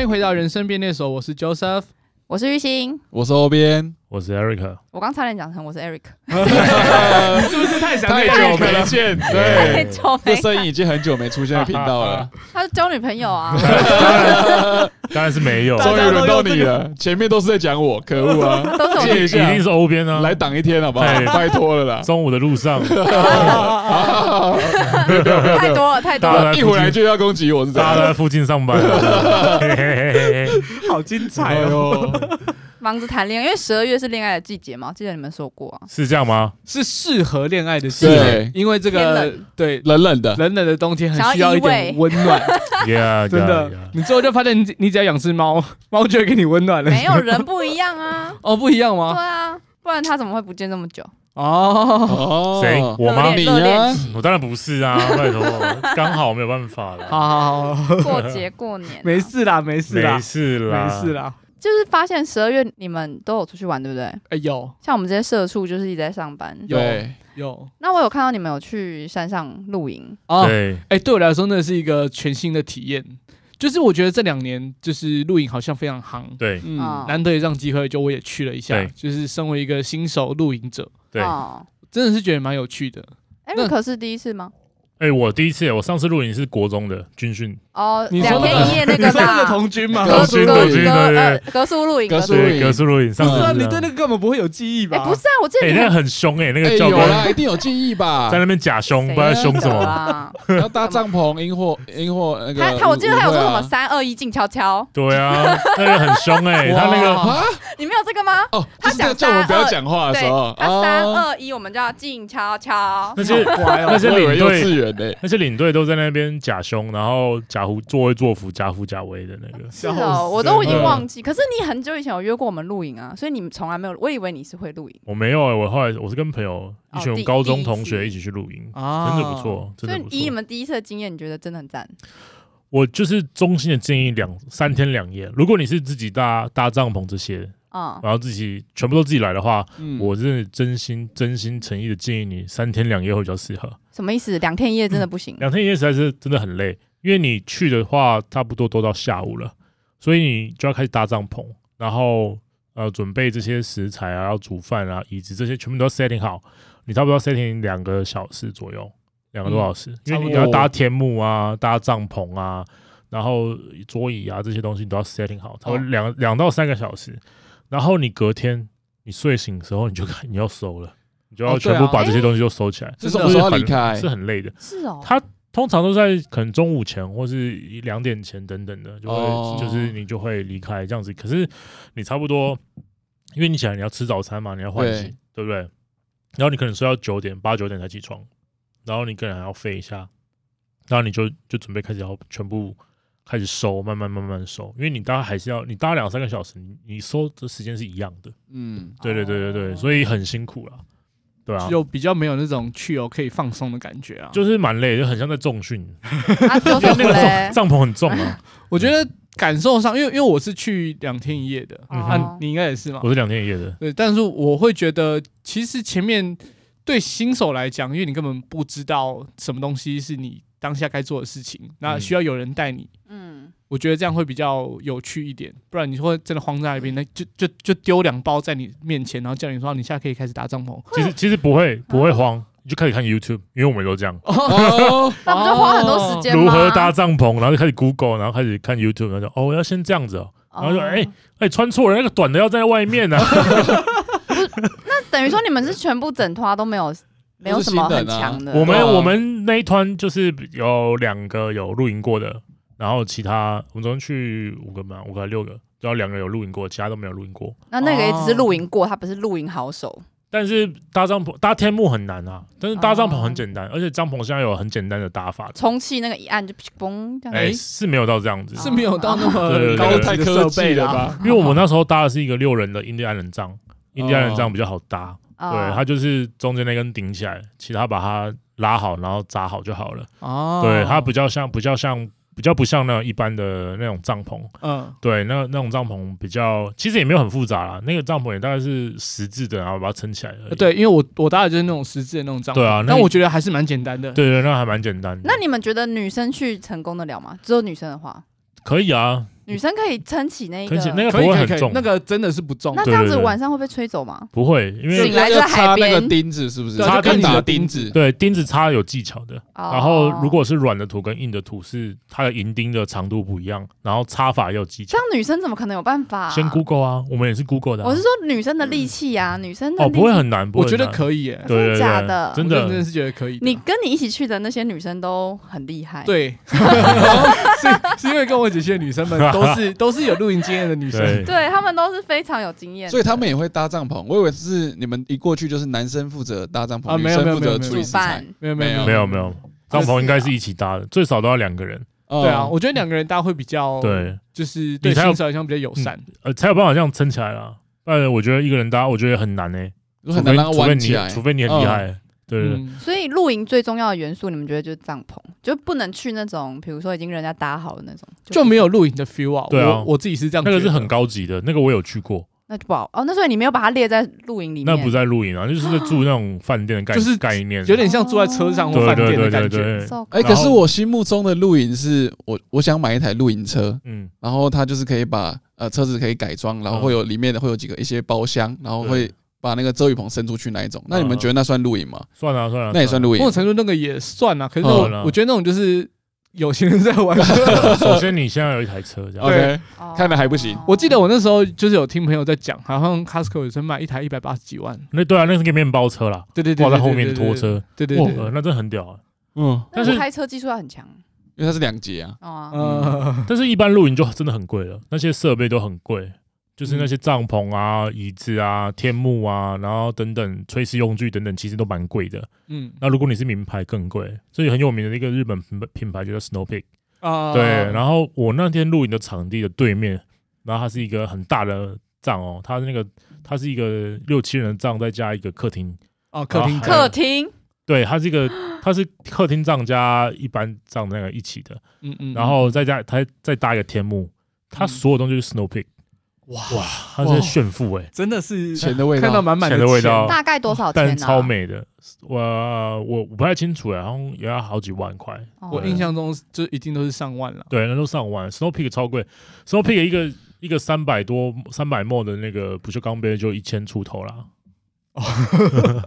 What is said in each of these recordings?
迎回到人生便利所，我是 Joseph。我是玉兴，我是欧边，我是 Eric，我刚差点讲成我是 Eric，太是不是太想久久没没见，太 对，久这 没，声音已经很久没出现的频道了，他是交女朋友啊，当然是没有，终于大家都轮到用这个你了。前面都是在讲我，可 恶啊！都是我借一一下定，是欧边啊，来挡一天好不好？哎拜托了啦！中午的路 上，太多了太多大家了，来一回来就要攻击我是这大家样都。在附近上班，啊 嘿嘿嘿嘿好精彩哎哦！呦，忙着谈恋爱，因为十二月是恋爱的季节嘛，记得你们说过啊，是这样吗？是适合恋爱的季对节，因为这个天冷对冷 冷的，冷冷的冬天想要很需要一依点偎温暖，Yeah，真的 yeah，yeah。你最后就发现你，你只要养只猫，猫就会给你温暖了。没有人不一样 啊，哦，不一样对吗？啊，不然他怎么会不见这么久？哦，哦谁？我吗？热你恋啊热呀恋？我当然不是啊，拜托，刚好没有办 法了，好好好，好过节过年啊 没，事啦，没事啦没，事啦，没事。啦。就是发现十二月你们都有出去玩，对不对？哎，有像我们这些社畜就是一直在上班，有对，有那我有看到你们有去山上露营，啊，对，哎，对我来说，那是一个全新的体验。就是我觉得这两年就是露营好像非常夯，对，嗯难得有这样机会，就我也去了一下。对就是身为一个新手露营者，对。哦真的是觉得蛮有趣 的。 ，Eric 是第一次吗？哎，我第一次，我上次露营是国中的军训，哦，你说两那个天一夜那你个说那个吧，童军吗？格格格苏格露营格对呃格苏露营，格苏露营对对，格斯露营上不次是是啊，这你样。对那个根本不会有记忆哎，吧？不是啊，我记得哎，你那个们很凶哎，那哎，个教有官啊啦，一定有记忆吧在？那边假凶，不知道在凶什谁么。啊要搭帐篷、萤火、萤火那个舞会他啊。他我记得他有说什么三二一静悄悄，对啊，那个很凶哎，他那个哇啊？你没有这个吗？哦，他就是在讲叫我们不要32讲话的对时候，，他三哦二一我们就要静悄悄。那些乖哦那些我以领为幼队稚园呢。那些领队都在那边假凶，然后假胡作威作福，假虎假威的那个。是笑死哦，我都已经了忘记。可是你很久以前有约过我们露营啊，所以你们从来没有，我以为你是会露营，我没有哎、我后来我是跟朋友一群哦第高第中一同次学哦一起去露营，啊真的不。错，真所的以不以你错。们第一次的经验，你觉得真的很赞。我就是衷心的建议两三天两夜，如果你是自己搭搭帐篷这些，嗯，然后自己全部都自己来的话，嗯我是真心真心诚意的建议你三天两夜会比较适合。什么意思？两天一夜真的不行？两天一夜实在是真的很累，因为你去的话差不多都到下午了，所以你就要开始搭帐篷，然后呃准备这些食材啊，要煮饭啊，椅子这些全部都要 setting 好，你差不多要 setting 两个小时左右，两个多小时，因差为不多你要搭天幕啊，搭帐篷啊，然后桌椅啊这些东西你都要 setting 好，差不多两两到三个小时，然后你隔天你睡醒的时候你就开你要收了，你就哦要对全部啊把这些东西都收起来，是真什的么时候要离是开很？是很累的。 是哦，他通常都在可能中午前或是一两点前等等的，就会、哦就是你就会离开这样子。可是你差不多，因为你想你要吃早餐嘛，你要换洗，对不对？然后你可能睡到九点八九点才起床，然后你可能还要飞一下，然后你就就准备开始要全部开始收，慢慢慢慢收，因为你大概还是要你搭两三个小时，你你收的时间是一样的。嗯，对对对对对，哦所以很辛苦啦，对啊。就比较没有那种去游可以放松的感觉啊。就就是蛮累，就很像在重训，啊，就就是 是那个嘞帐。 帐篷很重啊，我觉得感受上，因为因为我是去两天一夜的， 嗯啊，哦你应该也是嘛我。是两天一夜的，对，但是我会觉得，其实前面对新手来讲，因为你根本不知道什么东西是你当下该做的事情，那嗯需要有人带你。嗯，我觉得这样会比较有趣一点，不然你会真的慌在那边，那就就就丢两包在你面前，然后叫你说你现在可以开始搭帐篷。其实其实不会不会慌，你就开始看 YouTube，因为我们都这样，哦，那不就花很多时间吗？哦如何搭帐篷，然后就开始 Google，然后开始看 YouTube，然后就哦要先这样子哦，哦？然后就哎哎穿错了，那个短的要在外面啊呢，等于说你们是全部整团都没有， 没有什么很强的。我们对啊我们那一团就是有两个有露营过的，然后其他我们总共去五个嘛，五个还六个，然后两个有露营过，其他都没有露营过。那那个也只是露营过，他不是露营好手。但是搭帐篷搭天幕很难啊，但是搭帐篷哦很简单，而且帐篷现在有很简单的搭法，充气那个一按就嘣这样。哎是没有到这样子， 是没有到那么哦对对对高太级的啊科设技备了啦？吧？因为我们那时候搭的是一个六人的印第安人帐，印第安人哦帐比较好搭，啊对，它就是中间那根顶起来，其他把它拉好，然后扎好就好了。哦，对，它比较像，比较像，比较不像那种一般的那种帐篷。嗯，对，那那种帐篷比较，其实也没有很复杂啦，那个帐篷也大概是十字的，然后把它撑起来而已。对，因为我我搭的就是那种十字的那种帐篷，对啊那但你我觉得还是蛮简单的。对对，那还蛮简单的。那你们觉得女生去成功得了吗？只有女生的话，可以啊，女生可以撑起那个撑起，那个可不以会可以很可以重，，那个真的是不重那。这样子晚上会被吹走吗？不会，因为醒来就要在海插那个边钉子，是不是？对插就跟钉子打钉子，对钉子插有技巧的。然然后如果是软的土跟硬的土是它的银钉的长度不一样，然后插法也有技这巧。样女生怎么可能有办法？先 Google 啊，我们也是 Google 的啊、我是说女生的力气呀，女生的哦，力气不会很难，不我会觉得很难可以耶，对对对真的假的真我真的的是觉得可以的。你跟你一起去的那些女生都很厉害，， 对，是是因为跟我一起去的女生们 都是都是有露营经验的女生，对。对他们都是非常有经验的，所以他们也会搭帐篷。我以为是你们一过去就是男生负责搭帐啊篷，女没有生负责没有处没理有主食材办。没有没有没有没有，帐篷应该是一起搭的，最少都要两个人，哦对啊，我觉得两个人搭会比较，，对，就是对你才有新手好像比较友善。呃，才有办法这样撑起来啦。不然我觉得一个人搭，我觉得很难诶，我很难让它除非弯你起来，哦除非你很厉害，对对对，嗯，所以露营最重要的元素，你们觉得就是帐篷，就不能去那种，比如说已经人家搭好的那种，就没有露营的 feel 啊。对啊我我自己是这样觉那得，个是很高级的，那个我有去过，那就不好哦。那所以你没有把它列在露营里面，那不在露营啊，就是在住那种饭店的概就是概念，啊有点像住在车上或对饭对店的对对感觉。对， So- 哎，然可后是我心目中的露营是我我想买一台露营车，嗯，然后它就是可以把呃车子可以改装，然后嗯会有里面的会有几个一些包厢，然后会对把那个遮雨棚伸出去那一种。那你们嗯觉得那算露营吗？算了算了，那也算了。露某营种。程度那个也算啊，可是那嗯种我觉得那种就是有钱人在玩。 首先你现在有一台车，这样， OK，哦看来还不行我记得我那时候就是有听朋友在讲，好像 Costco 有人卖一台一百八十几万，那对啊，那是个面包车啦，对对对，挂在对后面的拖，车，对对哇对对，对呃那真的很屌啊。嗯，但但是是开车技术要很强因为它是两节啊。哦啊。呃，但是，一般露营就真的很贵了，那些设备都很贵，就是那些帐篷啊、椅子啊、天幕啊，然后等等炊事用具等等，其实都蛮贵的。嗯那如果你是名牌，更贵。所以很有名的一个日本品牌品牌就叫 Snow Peak，、啊，对。然后我那天露营的场地的对面，然后它是一个很大的帐哦，它那个它是一个六七人的帐，再加一个客厅，哦，客厅然后客厅对，它是一个它是客厅帐加一般帐那个一起的，嗯嗯，然后再加它再搭一个天幕，它嗯所有东西就是 Snow Peak。哇，哇，它是炫富哎、真的是钱的味道看到满满钱的味钱道大概多少哦但钱啊是呢？超美的。我我我不太清楚哎、好像也要好几万块。哦，我印象中就一定都是上万了，对，那都上万。Snow Peak 超贵，Snow Peak 一个一个三百多三百墨的那个不锈钢杯就一千出头啦，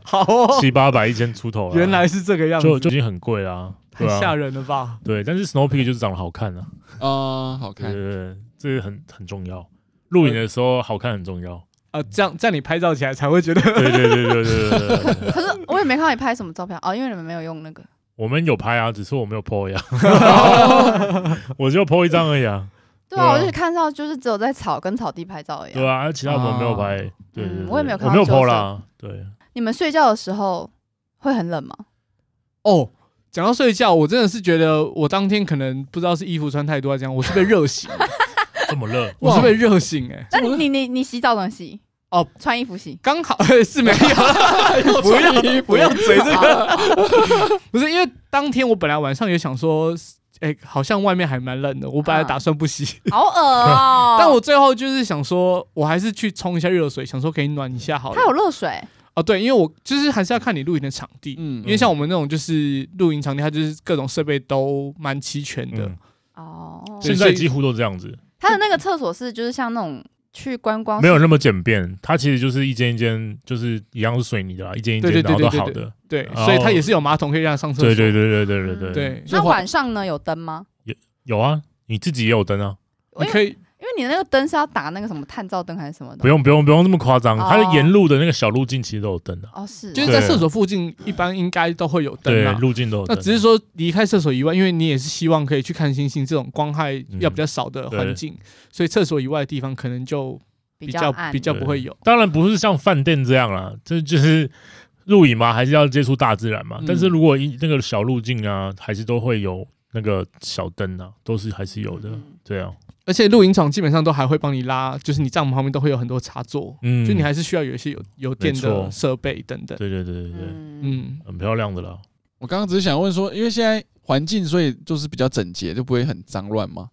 好哦，七八百一千出头啦。 原来是这个样就子，就已经很贵啦，太对吓啊，人了吧？对。但是 Snow Peak 就是长得好看啊，啊，好对看。对对，这个很很重要。露营的时候好看很重要，啊，这样这样你拍照起来才会觉得，对对对对对对对对对。可是我也没看到你拍什么照片哦，因为你们没有用那个。我们有拍啊，只是我没有 po 呀，哦 我就 po 一张而已啊。对对啊，啊我就是看到就是只有在草跟草地拍照而已对啊。啊，啊其他我们没有拍，哦对对嗯对，我也没有看我到没有旧 PO 啦，对，你们睡觉的时候会很冷吗？哦。讲到睡觉，我真的是觉得我当天可能不知道是衣服穿太多还是怎样，我是被热醒 的，这么热我是被热醒哎、那你你你你洗澡怎么洗？哦，穿衣 服洗。刚好是没有， 不要不要嘴这个， 不是因为当天我本来晚上也想说，哎、好像外面还蛮冷的，我本来打算不洗，！好恶哦但我最后就是想说，我还是去冲一下热水，想说可以暖一下 好它有了。热水，哦，对，因为我就是还是要看你露营的场地，嗯因为像我们那种就是露营场地，它就是各种设备都蛮齐全的。嗯哦，对现所在以几乎都这样子，它的那个厕所是就是像那种去观光没有那么简便。它其实就是一间一间，就是一样是水泥的啦，一间一对对间，对然后都对对好的。对，哦所以它也是有马桶可以让它上厕所。嗯对对对对对对对那晚上呢有灯吗？有啊，你自己也有灯啊，你可以因为你那个灯是要打那个什么探照灯还是什么的？不用不用不用那么夸张，哦它的沿路的那个小路径其实都有灯啊的，哦，是哦就是在厕所附近，一般应该都会有灯对啊，。路径都有那灯。只是说离开厕所以外，因为你也是希望可以去看星星这种光害嗯要比较少的环对境，所以厕所以外的地方可能就比比较暗比。较不会有。当然不是像饭店这样啦，这就是露营嘛，还是要接触大自然嘛。嗯但是如果一那个小路径啊，还是都会有那个小灯啊，都是还是有的。嗯对啊，而且露营场基本上都还会帮你拉，就是你帐篷旁边都会有很多插座，嗯，就你还是需要有一些有有电没的错设备等等。对对对对对，嗯，嗯，很漂亮的啦。。我刚刚只是想问说，因为现在环境，所以就是比较整洁，就不会很脏乱嘛。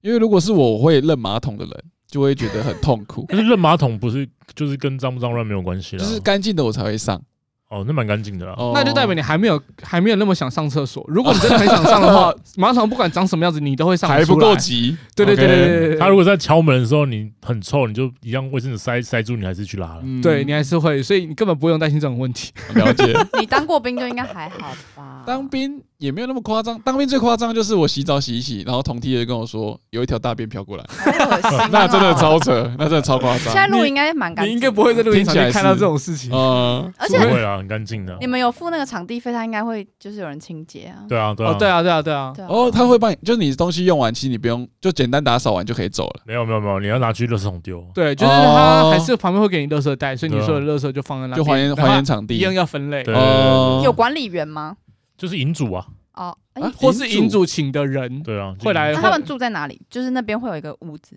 因为如果是我，我会扔马桶的人，就会觉得很痛苦 但是扔马桶不是就是跟脏不脏乱没有关系就啦，是干净的我才会上，哦，那蛮干净的啦。啊哦那就代表你还没有还没有那么想上厕所。如果你真的很想上的 话，马桶不管长什么样子，你都会上还得出不来够。急。对对对 OK 对对对对，他如果在敲门的时候你很臭，你就一样卫生纸塞塞住，你还是去拉了。嗯对你还是会，所以你根本不用担心这种问题。了解。你当过兵就应该还好 吧？ 当兵也没有那么夸张，当兵最夸张就是我洗澡洗一洗，然后同梯的就跟我说有一条大便飘 过来，好恶心哦那真的。超扯，那真的超夸现张。在录应该蛮干啊你净，应该不会在录音场听起来地是看到这种事情。呃，而不且会啦，很 干净的。你们有付那个场地费，他应该会就是有人清洁啊。对啊，对哦啊，，对啊，对啊，对啊，对啊哦，他会帮你，就是你东西用完，其实你不用，就简单打扫完就可以走了。没有没有没有，你要拿去垃圾桶丢。对，就是他还是旁边会给你垃圾袋，所以你说的垃圾哦啊就放在那就边，还原然后还原场一地样。要分类对，哦有管理员吗？就是银主啊，哦，哎，啊或是银主请的人，对啊，会来那对他们住在哪里？就是那边会有一个屋子，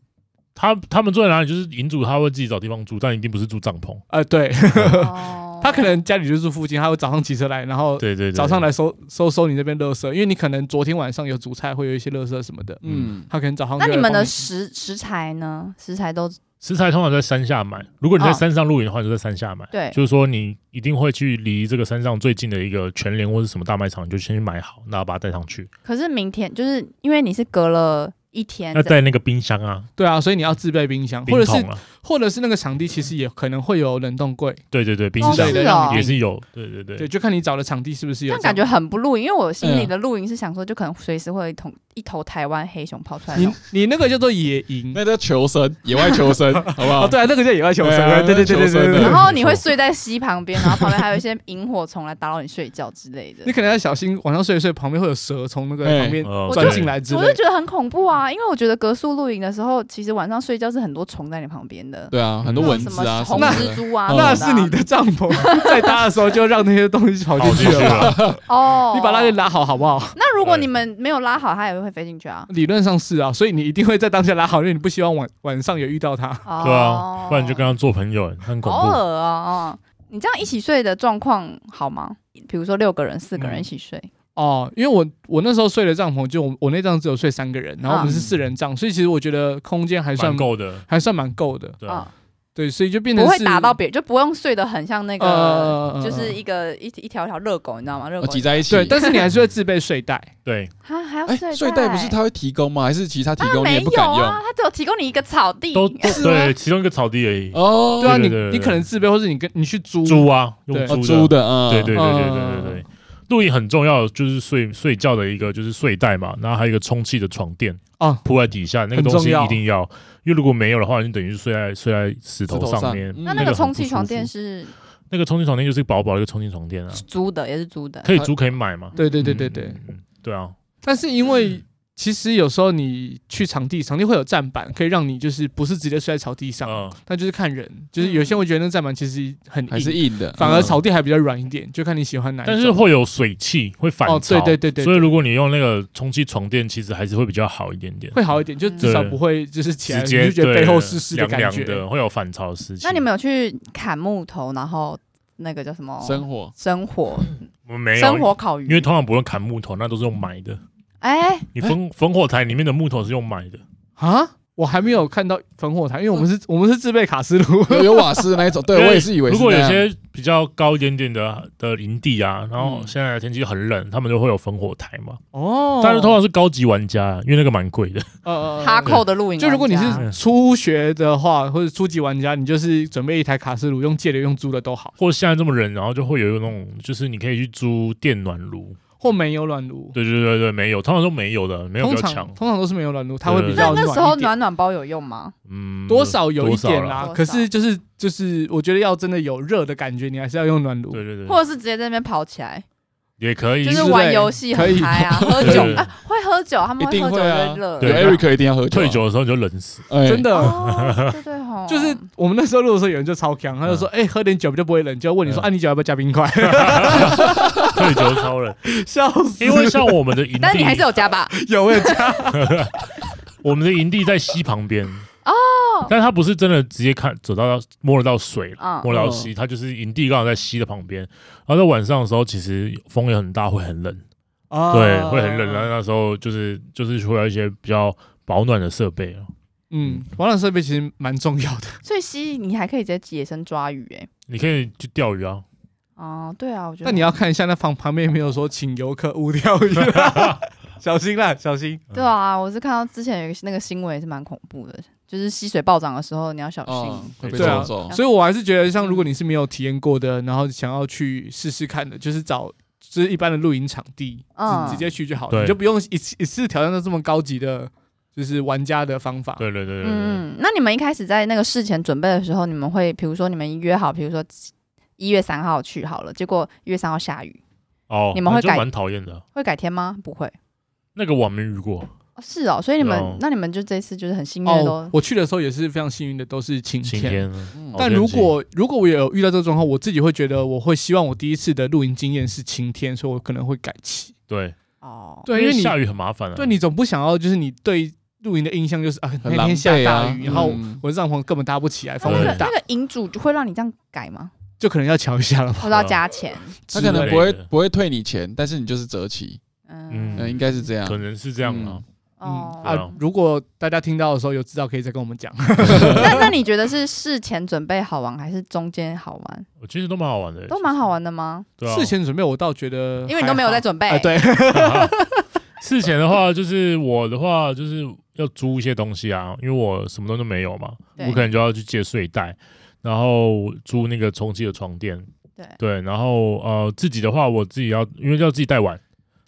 他他们住在哪里？就是银主他会自己找地方住，但一定不是住帐篷。呃，对哦， 他可能家里就住附近，他会早上骑车来，然后对对呃对，早上来收收收你这边垃圾，因为你可能昨天晚上有煮菜，会有一些垃圾什么的，嗯，他可能早上就那来你帮们的食食材呢？食材都食材通常在山下买。如果你在哦山上露营的话，你就在山下买。对就是说你一定会去离这个山上最近的一个全联或是什么大卖场，你就先去买好，然后把它带上去。可是明天就是因为你是隔了一天要的，带那个冰箱啊，对啊，所以你要自备冰箱，冰或者桶是啊，或者是那个场地其实也可能会有冷冻柜，对对对，冰哦对箱是对让哦你也是有，对对对对，。就看你找的场地是不是有但这样。感觉很不露营，因为我心里的露营是想说，就可能随时会有一头一头台湾黑熊跑出来那种。你你那个叫做野营那叫求生，野外求 生，好不哦，好？对啊，那个叫野外求生对啊，对对对对求生对的对然对。后你会睡在溪旁边，然后旁边还有一些萤火虫来打扰你睡觉之类 的你。可能要小心，晚上睡一睡，旁边会有蛇从那个哎旁边呃我钻就进来之我类就的。觉得很恐怖啊，因为我觉得格宿露营的时候，其实晚上睡觉是很多虫在你旁边的，对啊，很多那种蚊什子啊么什红么那蜘的。蛛啊，哦那什是么的啊你的帐篷，在搭的时候就让那些东西跑跑进进去去了吧。了，哦。你把那里拉好好不好？那如果你们没有拉好，它也会飞进 去啊。理论上是啊，所以你一定会在当下拉好，因为你不希望晚晚上有遇到它。哦对啊，不然你就跟他做朋友，很恐好恶怖。啊！哦，你这样一起睡的状况好吗？比如说六个人、四个嗯人一起睡，哦，因为我我那时候睡的帐篷就我我那帐只有睡三个人，然后我们是四人帐，所以其实我觉得空间还算蛮够的，还算蛮够的。对啊，对，所以就变成不会是打到别人，就不用睡得很像那个，呃就是一个一一条条热狗，你知道吗？热哦狗挤在一起。对，但是你还是会自备睡 袋。对，啊还要哎，睡睡袋不是他会提供吗？还是其他提供你也没不敢有啊用？，他只有提供你一个草地，都是吗对，其中一个草地而已，对哦啊，你对对对你可能自备，或者你跟你去租。租啊，对用哦，租租的啊，对对对对对嗯对对，露营很重要，就是睡睡觉的一个就是睡袋嘛，然后还有一个充气的床垫哦铺在底下，那个东很西重要一定要，因为如果没有的话，你等于是睡在睡在石石头头上上面。嗯那那那个个很充不气舒床服垫是那个充气床垫就是薄薄的一个充气床垫啊，租的，也是租的。可以租可以买嘛。对对对对对。嗯，嗯嗯对啊，但是因为其实有时候你去场地，场地会有站板，可以让你就是不是直接睡在草地上，嗯，那就是看人，就是有些人会觉得那个站板其实很还是硬，硬的，反而嗯草地还比较软一点，就看你喜欢哪一种。但是会有水汽，会反哦，潮对，对对对，所以对如果你用那个充气床垫，其实还是会比较好一点点，会好一点，就至少对不会就是起来直你接就觉得对背后湿湿凉感凉觉。的，会有反潮的事情。那你们有去砍木头，然后那个叫什么生活生火我们没有生火烤因为鱼？通常不用砍木头，那都是用买的。哎，你烽烽火台里面的木头是用买的，啊，我还没有看到烽火台，因为我们是，我们是自备卡式 炉。有有瓦斯的那一种，对因为我也是以为是如果那有样。些比较高一点点的的营地啊，然后嗯现在天气很冷，他们就会有烽火台嘛。哦但是通常是高级玩家，因为那个蛮贵的。呃哈扣的露营玩家，就如果你啊是初学的话，或者初级玩家，你就是准备一台卡式炉，用借的、用租的都好，或者现在这么冷，然后就会有那种，就是你可以去租电暖炉。或没有暖炉。对对对对，没有，通常都没有的，没有通比较常强。通常都是没有暖炉，它会对比那较那时候一点暖暖包有用吗？嗯，多少有一点多少啦。啦，多少可是就是就是，我觉得要真的有热的感觉，你还是要用暖炉。对对或对，者是直接在那边跑起来，也可以。就是类玩游戏可很以嗨啊，喝对酒对对啊，会喝酒，他们一会定喝酒会啊就热。有对 Eric 一定要喝酒啊，退酒的时候你就冷死。哎真的。哦， 对对吼，就是我们那时候录的时候，有人就超强，他就说：“哎、喝点酒就不会冷。”就要问你说：“嗯啊，你酒要不要加冰块 退酒超冷，？”笑死！因为像我们的营地， 但你还是有加吧？有我有加，我们的营地在溪旁边哦，但它不是真的直接看走到摸得到水了嗯，摸得到哦溪，它就是营地刚好在溪的旁边。然后在晚上的时候，其实风也很大，会很冷，哦对，会很冷。然后啊那时候就是就是会有一些比较保暖的设备哦，嗯，保暖设备其实蛮重要的。所以蜥蜴你还可以直接野生抓鱼哎、你可以去钓鱼啊，哦，对啊，我觉得那你要看一下那旁旁边有没有说请游客勿钓鱼啦，小心啦，小心。对啊，我是看到之前有一个那个新闻也是蛮恐怖的，就是溪水暴涨的时候你要小心。哦，会被对啊抓走。所以我还是觉得，像如果你是没有体验过的，然后想要去试试看的，就是找就是一般的露营场地，嗯直直接去就好了，对你就不用一次一次挑战到这么高级的，就是玩家的方法。对对对对对，嗯，那你们一开始在那个事前准备的时候，你们会比如说你们约好，比如说一月三号去好了，结果一月三号下雨，哦，你们会那就改蛮讨厌的。会改天吗？不会。那个我没遇过，哦是哦，所以你们、有那你们就这次就是很幸运的都、哦，我去的时候也是非常幸运的，都是晴晴天。天哦啊嗯好但天如气果如果我有遇到这个状况，我自己会觉得我会希望我第一次的露营经验是晴天，所以我可能会改期。对，哦，对，因为你下雨很麻烦啊。对你总不想要就是你对露营的印象就是啊很那狼天下狈大啊雨，然后嗯我的帐篷根本搭不起来，那风那很个大那，个营主就会让你这样改吗？就可能要瞧一下了吧。或者要加钱？他可能之不会类的不会退你钱，但是你就是折起，嗯，嗯，应该是这样可。能是这样啊。哦嗯，对啊啊，如果大家听到的时候有知道，可以再跟我们讲。嗯 那那你觉得是事前准备好玩，还是中间好玩？我其实都蛮好玩的，都蛮好玩的吗？ 对啊。事前准备我倒觉得还好，因为你都没有在准备。哎，对， 事前的话，就是我的话就是要租一些东西啊，因为我什么东西都没有嘛，对我可能就要去借睡袋，然后租那个充气的床垫，对对，然后呃自己的话，我自己要因为要自己带碗，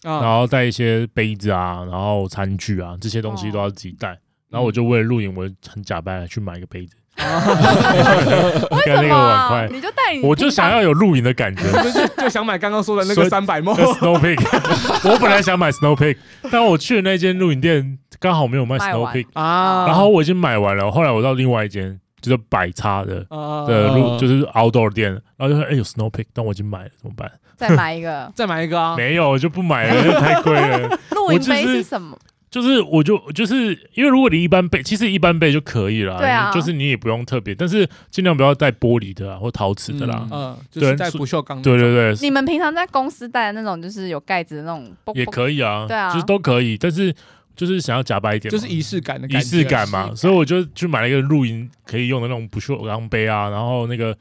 嗯然啊，后带一些杯子啊，然后餐具啊这些东西都要自己带。然后我就为了露营，我很假扮去买一个杯子，哦 跟那个碗筷，啊你就带你，我就想要有露营的感觉。就就就想买刚刚说的那所个以三百 梦，那 Snow Peak，我本 来想买 Snow Peak，但我去的那间露营店刚好没有卖卖 Snow 完嗯 Peak，啊，然后我已经买完了，后来我到另外一间就是百叉的啊的路，嗯就是 outdoor 店，然后就说哎、有 snow pick，但我已经买了，怎么办？再买一 个再买一个嗯啊，没有，我就不买了，因为太贵了。 露我营就杯是是什么？就是我就就是因为如果你一般背，其实一般背就可以啦，对啊就是你也不用特别，但是尽量不要带玻璃的啊或陶瓷的啦。嗯嗯，就对是带所不锈钢的，对对对，你们平常在公司带的那种，就是有盖子的那种，也可以啊，对啊就是都可以，但是就是想要假白一点嘛，就是仪式感的仪觉式感仪式嘛，感所以我就去买了一个露营可以用的那种不锈钢杯啊，然后那个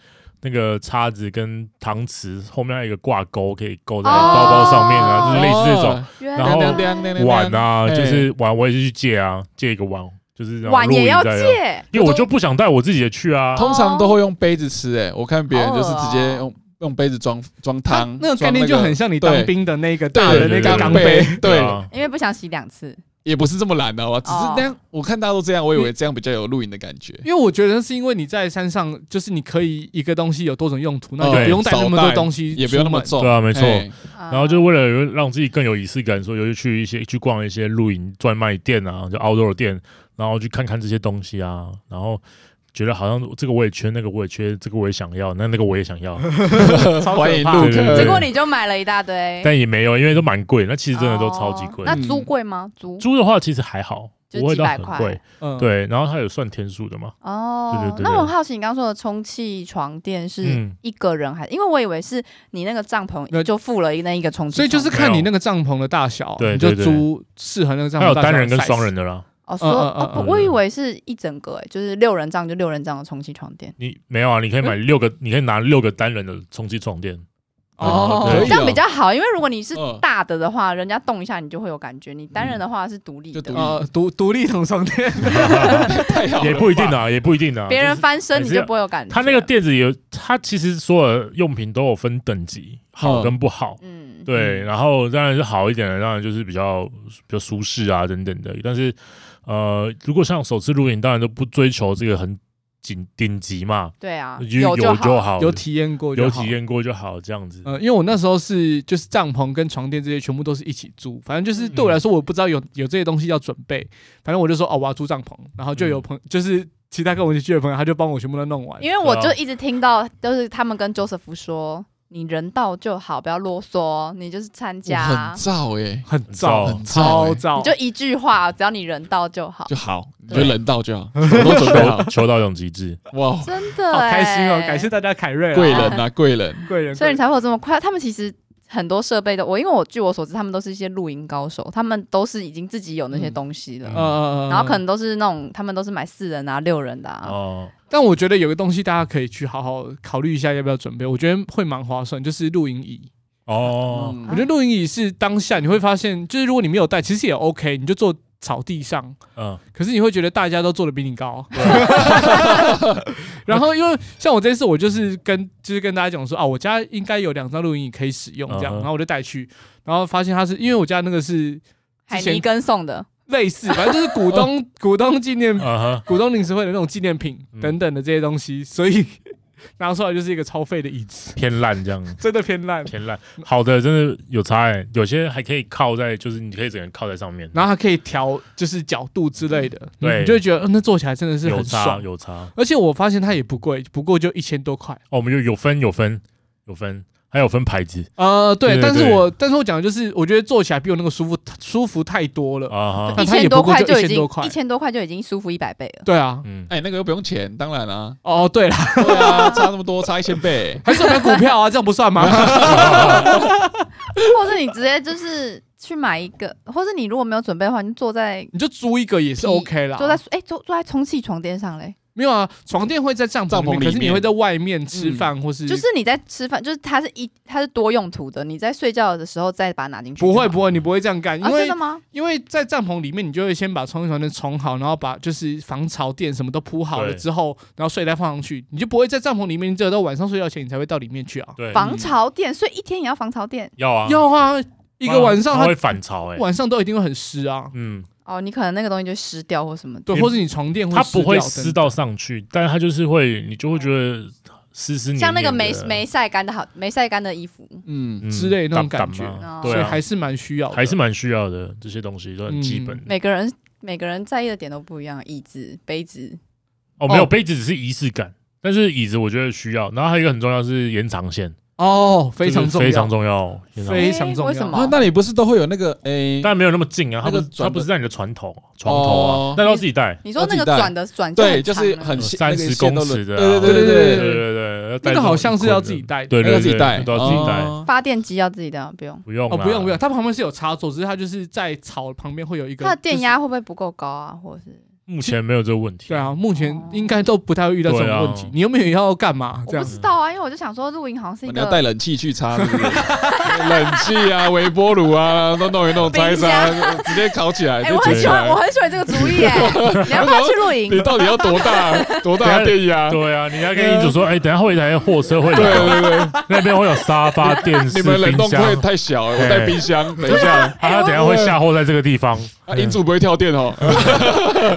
那个叉子跟汤匙后面还有一个挂钩，可以哦勾在哎包包上面哦啊，就是类似这种哦原然后叮叮来叮叮碗啊，哎就是碗我也是去借啊，借一个碗，就是然后碗也要露营在啊，借，因为我就不想带我自己的去啊，通常都会用杯子吃，哎，我看别人就是直接哦用用杯子装装它汤，啊那种概念就装很像你当兵的那个对大的那对个对钢钢杯，对，啊，因为不想洗两次。也不是这么懒的，好吧？只是哦那样，我看大家都这样，我以为这样比较有露营的感觉。因为我觉得是因为你在山上，就是你可以一个东西有多种用途，那你对不用带那么少多带东西，也不用那么。重，哎对啊没错嘿然然后就为了让自己更有仪式感，所以我就去一些去逛一些露营专卖店啊，就 outdoor 店，然后去看看这些东西啊，然后觉得好像这个我也缺，那个我也缺，这个我也想要，那那个我也想要，超可 怕欢迎陆对对客。对结果你就买了一大堆，但也没有，因为都蛮贵，那其实真的都超级贵哦。那租贵吗？租租的话其实还好，就不会几到百很块贵，嗯，对。然后它有算天数的嘛？对哦对，对对那我很好奇，你刚刚说的充气床垫是嗯，一个人还？因为我以为是你那个帐那篷就附了一那一个充气所床以就垫，是看你那个帐篷的大小，对你就对对租适合那个帐它篷有大小的单 size。人跟双人的啦。哦，所以嗯嗯哦嗯不嗯我以嗯为是一整个，哎，就是六人帐就六人帐的充气床垫，你没有啊？你可以买六个，你可以拿六个单人的充气床垫。哦，对可这以样比较好，因为如果你是嗯大的的话，人家动一下你就会有感觉，你单人的话是独立就独的立。呃，独 独立同床垫， 太好了吧 也不一定。啊，也不一定啊。别人就是翻身还你是就要不会有感觉。它那个垫子有，它其实所有用品都有分等级，好嗯跟不好。嗯，对，嗯然后当然是好一点的，当然就是比较比较舒适啊等等的。但是呃，如果像首次露营，当然都不追求这个很顶顶级嘛，对啊，有就有就好。好，有体验过就有好体。验过就好，这样子。嗯，因为我那时候是就是帐篷跟床垫这些全部都是一起租，反正就是对我来说我不知道有有这些东西要准备，反正我就说哦我要租帐篷，然后就有嗯朋就是其他跟我一起去的朋友，他就帮我全部都弄完因。为我对就啊一直听到，就是他们跟 Joseph 说，你人到就好，不要啰嗦，你就是参我加很，燥哎，很燥燥，很燥超欸你燥，就一句话，只要你人到就好，就好，你就对人到就 好，我都准备好求。求到这种极致，哇，真的、好开心哦！哎感谢大家凯瑞啊贵人啊，贵人，贵人，所贵以你人才会有这么快。他们其实很多设备都我，因为我据我所知，他们都是一些露营高手，他们都是已经自己有那些嗯东西了，嗯呃，然后可能都是那种他们都是买四人啊、六人的 啊，哦，但我觉得有个东西大家可以去好好考虑一下，要不要准备？我觉得会蛮划算，就是露营椅。哦，嗯我觉嗯得露营椅是当下你会发现，就是如果你没有带，其实也 OK，你就坐草地上，嗯，可是你会觉得大家都坐的比你高。然后因为像我这次，我就是跟就是跟大家讲说啊，我家应该有两张露营椅可以使用这样，嗯哼然后我就带去，然后发现它是因为我家那个是海之前尼根送的，类似，反正就是股东股东纪念啊哈，股东临时会的那种纪念品嗯等等的这些东西，所以 拿出来就是一个超废的椅子，偏烂这样，真的偏烂。偏烂。好的，真的有差哎，有些还可以靠在，就是你可以整个靠在上面，然后它可以调就是角度之类的，嗯对你就会觉得、呃那坐起来真的是有很差爽。有差。而且我发现它也不贵，不过就一千多块。哦，我们有有分有分有分，还有分牌子呃，对，对但是对我但是我讲的就是，我觉得坐起来比我那个舒服舒服太多了。啊哈，那一它哦也千不多过块就已1000经多块一千多块就已经舒服一百倍了。对啊，嗯，哎，那个又不用钱，当然啊啦，哦对了，对啊，差那么多，差一千倍，还是我买股票啊，这 样不算吗？ 哎或者你直接就是去买一个，或者你如果没有准备的话，你就坐在你就租一个也是皮 OK 啦。坐在哎、坐坐在充气床垫上嘞，没有啊，床垫会在帐篷帐里篷面，可里是你面会在外面吃饭或是嗯就是你在吃饭，就是它是一它是多用途的，你在睡觉的时候再把它拿进去就好。不会不会，你不会这样干，因啊，真为的吗？因为在帐篷里面，你就会先把充气床垫冲好，然后把就是防潮垫什么都铺好了对之后，然后睡袋放上去，你就不会在帐篷里面，你只有到晚上睡觉前你才会到里面去啊。对，防潮垫，所以一天也要防潮垫要啊，要啊，一个晚上它会它反潮哎，晚上都一定会很湿啊，嗯，哦，你可能那个东西就湿掉或什么的。对，你或是你床垫它湿不掉会等等湿到上去，但是它就是会，你就会觉得湿湿黏黏的，像那个没没晒干的好，没晒干的衣服，嗯，嗯之类那种感感觉感嘛哦所对以啊，还是嗯蛮需要的，还是蛮需要的，这些东西都很基本的。每个人每个人在意的点都不一样，椅子、杯子，哦，没有哦杯子只是仪式感，但是椅子我觉得需要。然后还有一个很重要是延长线，哦，非这常是重要，非常重要，延长非常诶重要为什么？啊，那你不是都会有那个哎，但没有那么近啊，它那个不是转它的不是在你的船头床头啊哦，那都要自己带。你说那个转的转对，就就是长啊很有线30那个线都轮哦公尺的啊对对对对对对，对对对，要那带个这种好像是要捆的自己带的对那对个自己带，都要自己带。哦发电机要自己的，不用。不用哦，不用不用，用，它旁边是有插座，只是它就是在草旁边会有一个它的电就是压会不会不够高啊？或者是目前没有这个问题。对啊，目前哦应该都不太会遇到这种问题对啊。你有没有要干嘛？这我样不知道啊，因为我就想说露营好像是一你要带个冷气去插，是不是冷气啊，微波炉啊，都弄一弄，拆一拆冰，直接烤起来，哎、直我接很起喜欢，来我。很喜欢这个主意哎、你要不要去露你营？到底要多大多大的电压？对对啊，你还跟业主说，哎，等一下会有一台货车会来，对对，那边会有沙发、电视、你们冷冰冻箱柜，太小了，我带哎冰箱。等一下，啊他等一下会下货在这个地方。啊银主不会跳电哦。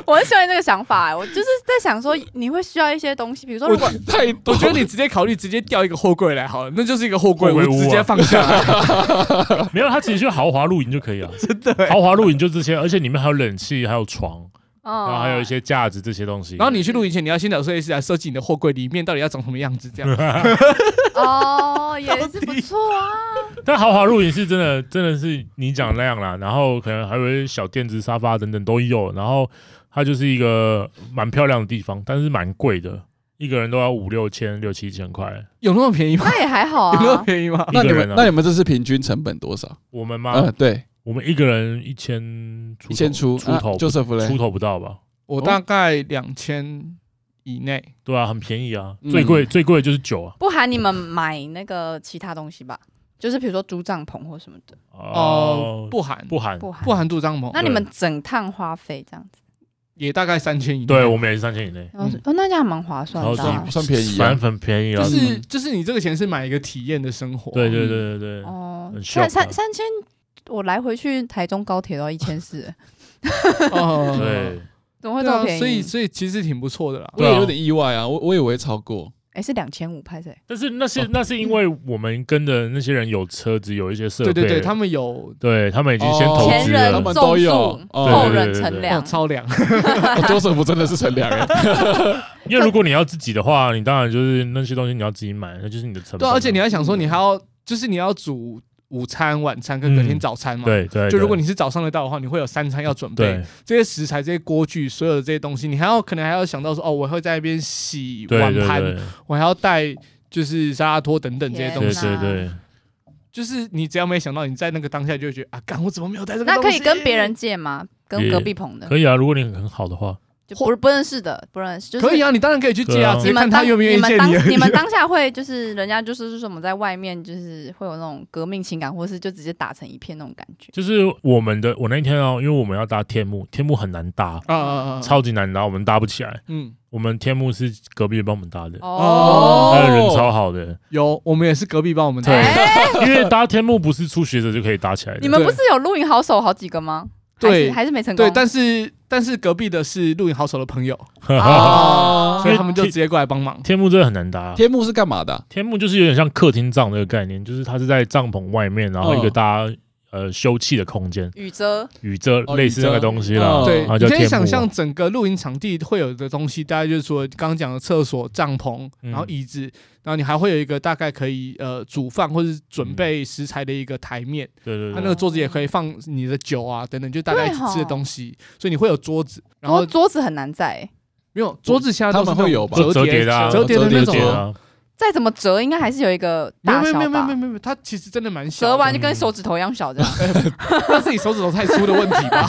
我很喜欢这个想法哎、我就是在想说你会需要一些东西，比如说我如果太 多，我觉得你直接考虑直接调一个货柜来好了，那就是一个货柜货柜我屋啊直接放下 来。没有，他其实就豪华露营就可以了，真的。豪华露营就这些，而且里面还有冷气，还有床，然后嗯，啊还有一些架子这些东西。然后你去露营前，你要先找设计师来设计你的货柜里面到底要长什么样子，这 样。哦，也是不错啊。但豪华露营是真的，真的是你讲的那样啦。然后可能还有一些小垫子、沙发等等都有。然后它就是一个蛮漂亮的地方，但是蛮贵的，一个人都要五六千、六七千块。有那么便 宜吗？那也还好有那么啊，便宜吗？那你一个们人啊那你们这次平均成本多少？我们吗？嗯，对，我们一个人一千出头，一千出出头不就是不出嘞，头不到吧？我大概两千以内。对啊，很便宜啊。嗯最贵最贵的就是酒啊。不含你们买那个其他东西吧，就是比如说租帐篷或什么的，哦，不含不含，不含。不含住帐篷，那你们整趟花费这样子，也大概三千以内。对我们也是三千以内，然后说哦，那这样还蛮划算的啊、超算便宜反啊。正很便宜啊就。是嗯就是你这个钱是买一个体验的生活。啊对对对对对。嗯哦很，爽啊三三三千，我来回去台中高铁都要一千四，欸哦对，怎么会对这么啊便宜？，所以所以其实挺不错的啦。我也有点意外啊，我我以为超过。哎、是两千五拍谁？但是那哦是那是因为我们跟的那些人有车子，有一些设备，对对对，他们有对他们已经先哦投前资人他了们，种都有树，哦后对对对人对乘对哦凉。超凉。 多少不真的是乘两人，因为如果你要自己的话，你当然就是那些东西你要自己买，那就是你的成本对啊。啊，而且你还想说，你还要就是你要煮午餐、晚餐跟隔天嗯早餐嘛。。对对，就如果你你是早上得到的话，你会有三餐要准备对，这些食材、这些锅具、所有的这些东西，你还要可能还要想到说，哦，我会在那边洗对碗对盘，对我还要带就是沙拉托等等这些天东对嗯西，对对，就是你只要没想到，你在那个当下就会觉得啊，干我怎么没有带这个那东西？可以跟别人借吗？跟也隔壁棚的，可以啊，如果你很很好的话，就不不认识的，不认识，就是可以啊，你当然可以去借啊，对啊直你接看们当他愿不愿意们借当而已你们当下会就是人家就是说什么在外面就是会有那种革命情感，或是就直接打成一片那种感觉。就是我们的我那一天哦，因为我们要搭天幕，天幕很难搭，啊啊啊啊，超级难搭，我们搭不起来。嗯，我们天幕是隔壁帮我们搭的，哦他的人超好的，有，我们也是隔壁帮我们对哎带，因为搭天幕不是初学者就可以搭起来你的。们不是有录影好手好几个吗？对还是还是没成功。对，但是但是隔壁的是露营好手的朋友，哦 所以他们就哎直接过来帮忙。 天幕真的很难搭，天幕是干嘛的啊？天幕就是有点像客厅帐这个概念，就是它是在帐篷外面，然后一个嗯大家呃休憩的空间，雨遮雨遮哦类似那个雨遮东西啦哦。对，然后你叫可以天幕想象啊。整个露营场地会有的东西，大概就是说刚刚讲的厕所、帐篷，嗯然后椅子，然后你还会有一个大概可以呃煮饭或是准备食材的一个台面，对对它那对对，个桌子也可以放你的酒啊等等，就大家一起哦对哦吃的东西，所以你会有桌子，然桌后桌子很难在，没有桌子现在都是他们会有吧那种折叠叠的啊折叠的那折种对叠的啊，啊，再怎么折应该还是有一个没有大没有小没有没有吧没有。没有，它其实真的蛮小折的，完就跟手指头一样小，这样那是你手指头太粗的问题吧？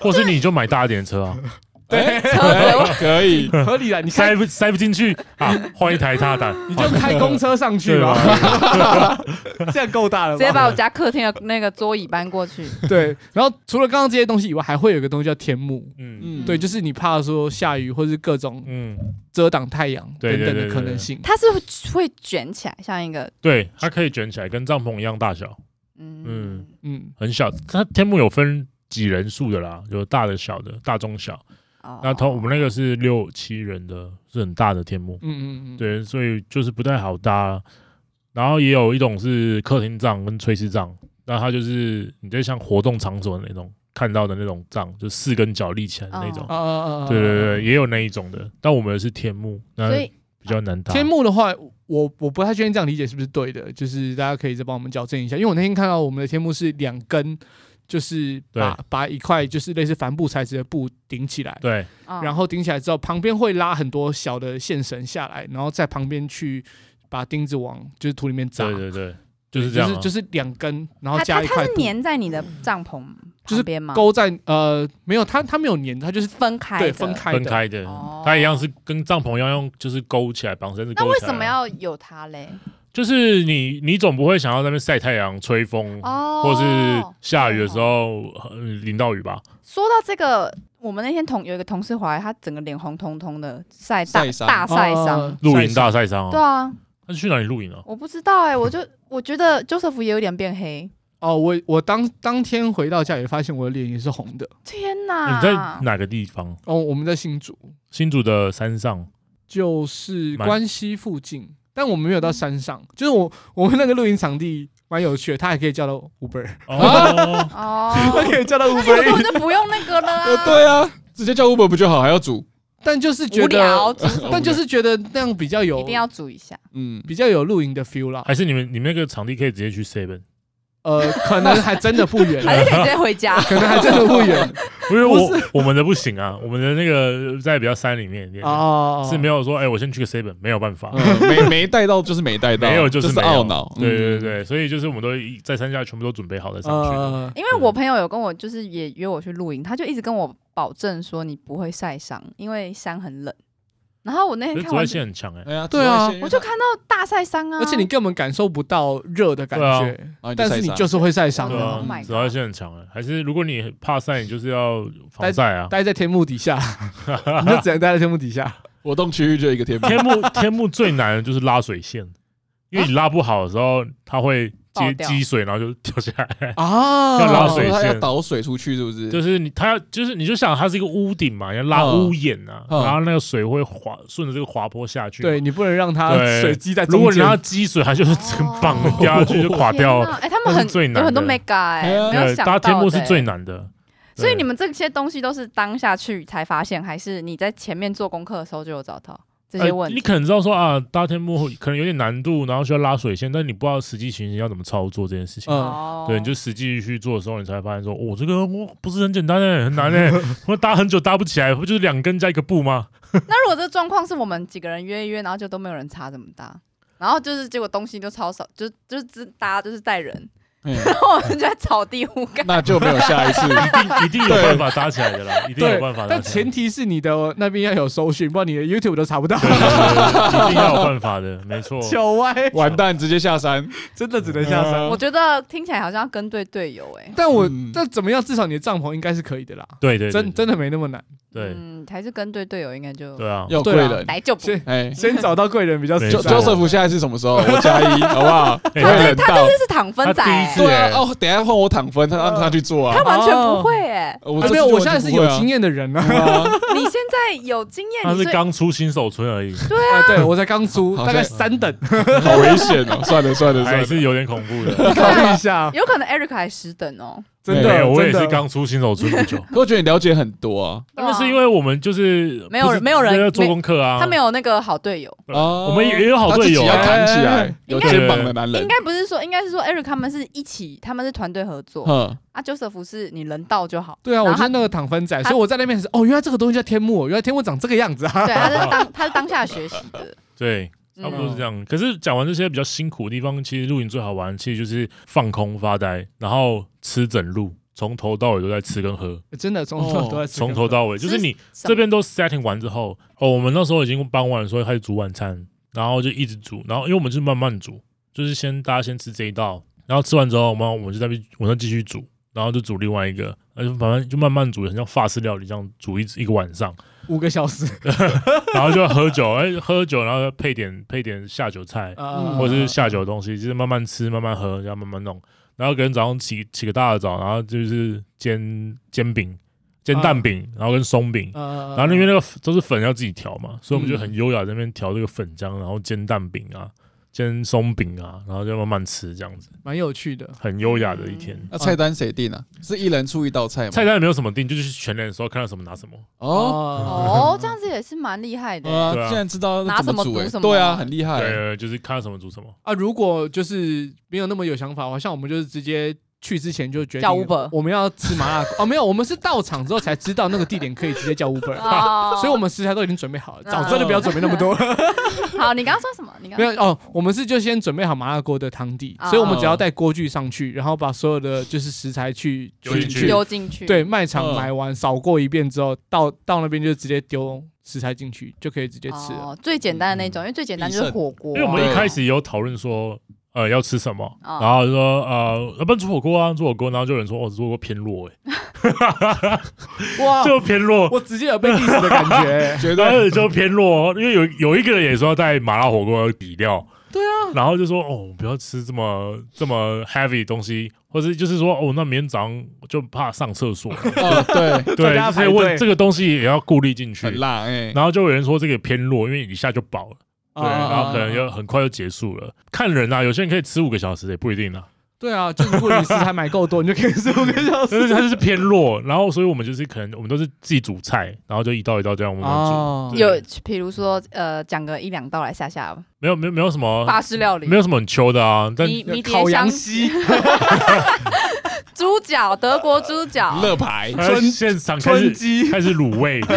或是你就买大一点的车啊，对，哎 可以，合理啦，你开塞不塞不进去啊，换一台踏啊板，你就开公车上去对吧吧，？ 这样够大了直接吧？把我家客厅的 那个桌椅搬过去。 对，然后除了刚刚这些东西以外，还会有一个东西叫天幕。嗯嗯，对，就是你怕说下雨或是各种嗯，遮挡太阳对等对等对的对可能性。它是会卷起来，像一个对，它可以卷起来，跟帐篷一样大小，嗯嗯嗯，很小。它天幕有分几人数的啦，有大的、小的、大中小。哦那同我们那个是六七人的，是很大的天幕，嗯嗯嗯，嗯，对，所以就是不太好搭。然后也有一种是客厅帐跟炊事帐，那它就是你在像活动场所的那种看到的那种帐，就四根脚立起来的那种。啊啊啊啊！啊对对对，。也有那一种的，但我们是天幕，那所以比较难搭。啊天幕的话，我我不太确定这样理解是不是对的，就是大家可以再帮我们矫正一下，因为我那天看到我们的天幕是两根，就是把把一块就是类似帆布材质的布顶起来，对，然后后顶起来之后，旁边会拉很多小的线绳下来，然后在旁边去把钉子往就是土里面扎，对对对，就是这样啊、就是就是两根，然后它加它一它块是布粘在你的帐篷旁边吗？勾在呃没有，它它没有粘，它就是分开对的分开的分开的哦，它一样是跟帐篷一样用，就是勾起来，绑绳子勾起来那啊。为什么要有它嘞？就是你，你总不会想要在那边晒太阳、吹风，哦，或是下雨的时候呃淋到雨吧？说到这个，我们那天同有一个同事回来，他整个脸红彤彤的，晒大晒伤大啊晒哦伤。露营大晒伤对啊！啊，他是去哪里露营啊？我不知道哎、我就我觉得 Joseph 也有点变黑。哦，我我当当天回到家也发现我的脸也是红的。天哪！你在哪个地方？哦，我们在新竹，新竹的山上，就是蛮关西附近，但我们没有到山上，就是我我们那个露营场地蛮有趣的，它还可以叫到 Uber，哦，哦，它可以叫到那你 Uber，们根 Eats，本就不用那个了、呃啊。 对啊，直接叫 Uber 不就好，还要煮，但就是觉无聊得，， 但就是觉得那样比较有一定要煮一 下。嗯，比较有露营的 feel 啦。 还是你们你们那个场地可以直接去 Seven？呃，可能还真的不远， 还是可以直接回家。可能还真的不 远因为我我们的不行啊， 我们的那个在比较山里面一点，哦，是没有说哎，我先去个 Seven，没有办法。啊嗯没没带到就是没带到，没有就是没有懊恼，对对嗯，对，所以就是我们都一在山下全部都准备好再上去了。呃，因为我朋友有跟我，就是也约我去露营，他就一直跟我保证说你不会晒伤，因为山很冷。然后我那可天是紫看外完，线很强哎，哎呀，对啊紫外线我就看到大晒伤啊，而且你根本感受不到热的感对啊觉，然后但晒是你伤就是会晒伤对对的啊啊 Oh，my 紫外 god 线很强哎，还是如果你怕晒，你就是要防晒啊。待在天幕底 下，你就只能待在天幕底下。活动区域就一个天幕，天幕 天幕最难的就是拉水线，因为你拉不好的时候，它会爆接掉积水，然后就掉下来。啊要拉水哦它要线导水出去是不是？就是你，它要就是你就想它是一个屋顶嘛，你要拉嗯屋檐啊，嗯然后那个水会滑顺着这个滑坡下去。对，你不能让它对水积在如中果你间让它。积水，它就是整个棒哦掉下去就垮掉天 了。哪哎，他那们是很最难的有很多 mega 哎、对啊没有对，想搭到的、天幕是最哎。难的。所以对你们这些东西都是当下去才发现，还是你在前面做功课的时候就有找到这些问呃、你题？可能知道说啊，搭天幕可能有点难度，然后需要拉水线，但你不知道实际情形要怎么操作这件事情。嗯哦呃对，你就实际去做的时候，你才发现说，哦，这个我不是很简单哎，很难哎，我搭很久搭不起来，不就是两根加一个布吗？那如果这状况是我们几个人约一约，然后就都没有人查怎么搭？然后就是结果东西就超少，就就是只大家就是带人，嗯然后我们就在草地互干。那就没有下 一次。一定有办法搭起来的啦，一定有办法搭但起来前的。提是你的那边要有搜寻，不然你的 YouTube 都查不到。对对对，一定要有办法的，没错。糗歪，完蛋，直接下山。真的只能下山。嗯我觉得听起来好像要跟对队友哎、但我嗯但怎么样，至少你的帐篷应该是可以的啦。对对，对真真的没那么难，对嗯，还是跟对队友应该就对啊，要贵人，来就不。先哎，先找到贵人比较实没在就错 Joseph 下一次什么时候？我加一，好不好？贵哎他人到。这是躺分仔、他第一次欸，对啊，哦，等一下换我躺分，他让他去做他啊。完全不会哎、我啊这没有，次就我现在是有经验的人啊。完全不会啊。你现在有经验，哦他哎你是所以刚出新手村而已，啊对我才刚出，好大概三等，对啊好危险哦！算了算了算还了，是有点恐 怖的。考虑一下。有可能 Eric 还十等哦。真没的，有，我也真的是刚出新手 村不啊久。可我觉得你了解很多啊。对那啊个是因为我们就是没有不是没有人要做功课啊，哦他没有那个好队友，对哦我们也也有好他自队己友要啊，扛起来哎，有应该肩膀的男人应。该不是说，应该是说 Eric 他们是一起，他们是团队合嗯作哼，啊。Joseph 是你人到就 好，对啊，然后我他就是那个躺分仔，他所以我在那边是哦，原来这个东西叫天幕哦，原来天幕长这个样子啊。对，他是当他是当下学习的，对，嗯 差不多是这样。可是讲完这些比较辛苦的地方，其实露营最好玩，其实就是放空发呆，然后吃整路，从头到尾都在吃跟喝， 真的从头都在吃哦从头到尾，吃就是你什么这边都 setting 完之后，哦，我们那时候已经傍晚的时候开始煮晚餐，然后就一直煮，然后因为我们是慢慢煮，就是先大家先吃这一道，然后吃完之后，我们我们就在那边晚上继续煮。然后就煮另外一个，而且反正就慢慢煮，很像法式料理这样煮一一个晚上， 五个小时，然后就喝酒，哎，喝酒，然后配点配点下酒菜，嗯啊或者是下酒的东西，就是慢慢吃、慢慢喝，然后慢慢弄。然后可能早上起起个大的早，然后就是煎煎饼、煎蛋饼，然后跟松饼。呃然后那边那个粉都是粉要自己调嘛，所以我们就嗯很优雅在那边调这个粉浆，然后煎蛋饼啊、煎松饼啊，然后就慢慢吃这样子，蛮有趣的，很优雅的一天。那菜单谁定啊？是一人出一道菜吗？菜单也没有什么定，就是全脸的时候看到什么拿什么。哦，哦，这样子也是蛮厉害的、欸啊对，啊竟然知道要拿怎煮什么煮哎什，么对啊，很厉害欸。对，就是看到什么煮什么。啊，如果就是没有那么有想法的话，像我们就是直接去之前就决定叫 Uber 我们要吃麻辣锅哦，没有，我们是到场之后才知道那个地点可以直接叫嗯 Uber， 哦，所以我们食材都已经准备好了，嗯早真的不要准备那么多，好，你刚刚说什么？你刚没刚有哦，我们是就先准备好麻辣锅的汤底，哦所以我们只要带锅具上去，然后把所有的就是食材去丢进去去丢进去，对，卖场嗯买完扫过一遍之后，到到那边就直接丢食材进去，就可以直接吃了。哦，最简单的那种，因为最简单就是火锅，因为我们嗯一对。开始有讨论说，呃，要吃什么，啊哦然后就说，呃，要不然煮火锅啊，煮火锅，然后就有人说，哦，煮火锅偏弱、欸，哇，就偏弱，我直接有被 diss 的感觉绝然对后就偏弱哦，因为有有一个人也说要带麻辣火锅底料，对啊，然后就说，哦，不要吃这么这么 heavy 的东西，或者就是说，哦，那明天早上就怕上 厕所，哦，大对，对，家排就队是问这个东西也要顾虑进去很，辣 哎。然后就有人说这个偏弱，因为一下就饱了， 对，啊然后可能就很快就结束了，看人啊，有些人可以吃五个小时也不一定 啊。对啊，就如果你食材买够多，你就可以吃五个小时。但是它就是偏弱，然后所以我们就是可能我们都是自己煮菜，然后就一道一道这样慢慢煮，嗯哦有，比如说呃，讲个一两道来吓吓没有没有没有什么法式料理，没有什么很秋的啊，但 迷迷迭烤羊香、 膝，猪脚、德国猪 脚，乐牌，呃春现场开春始鸡， 开始卤味，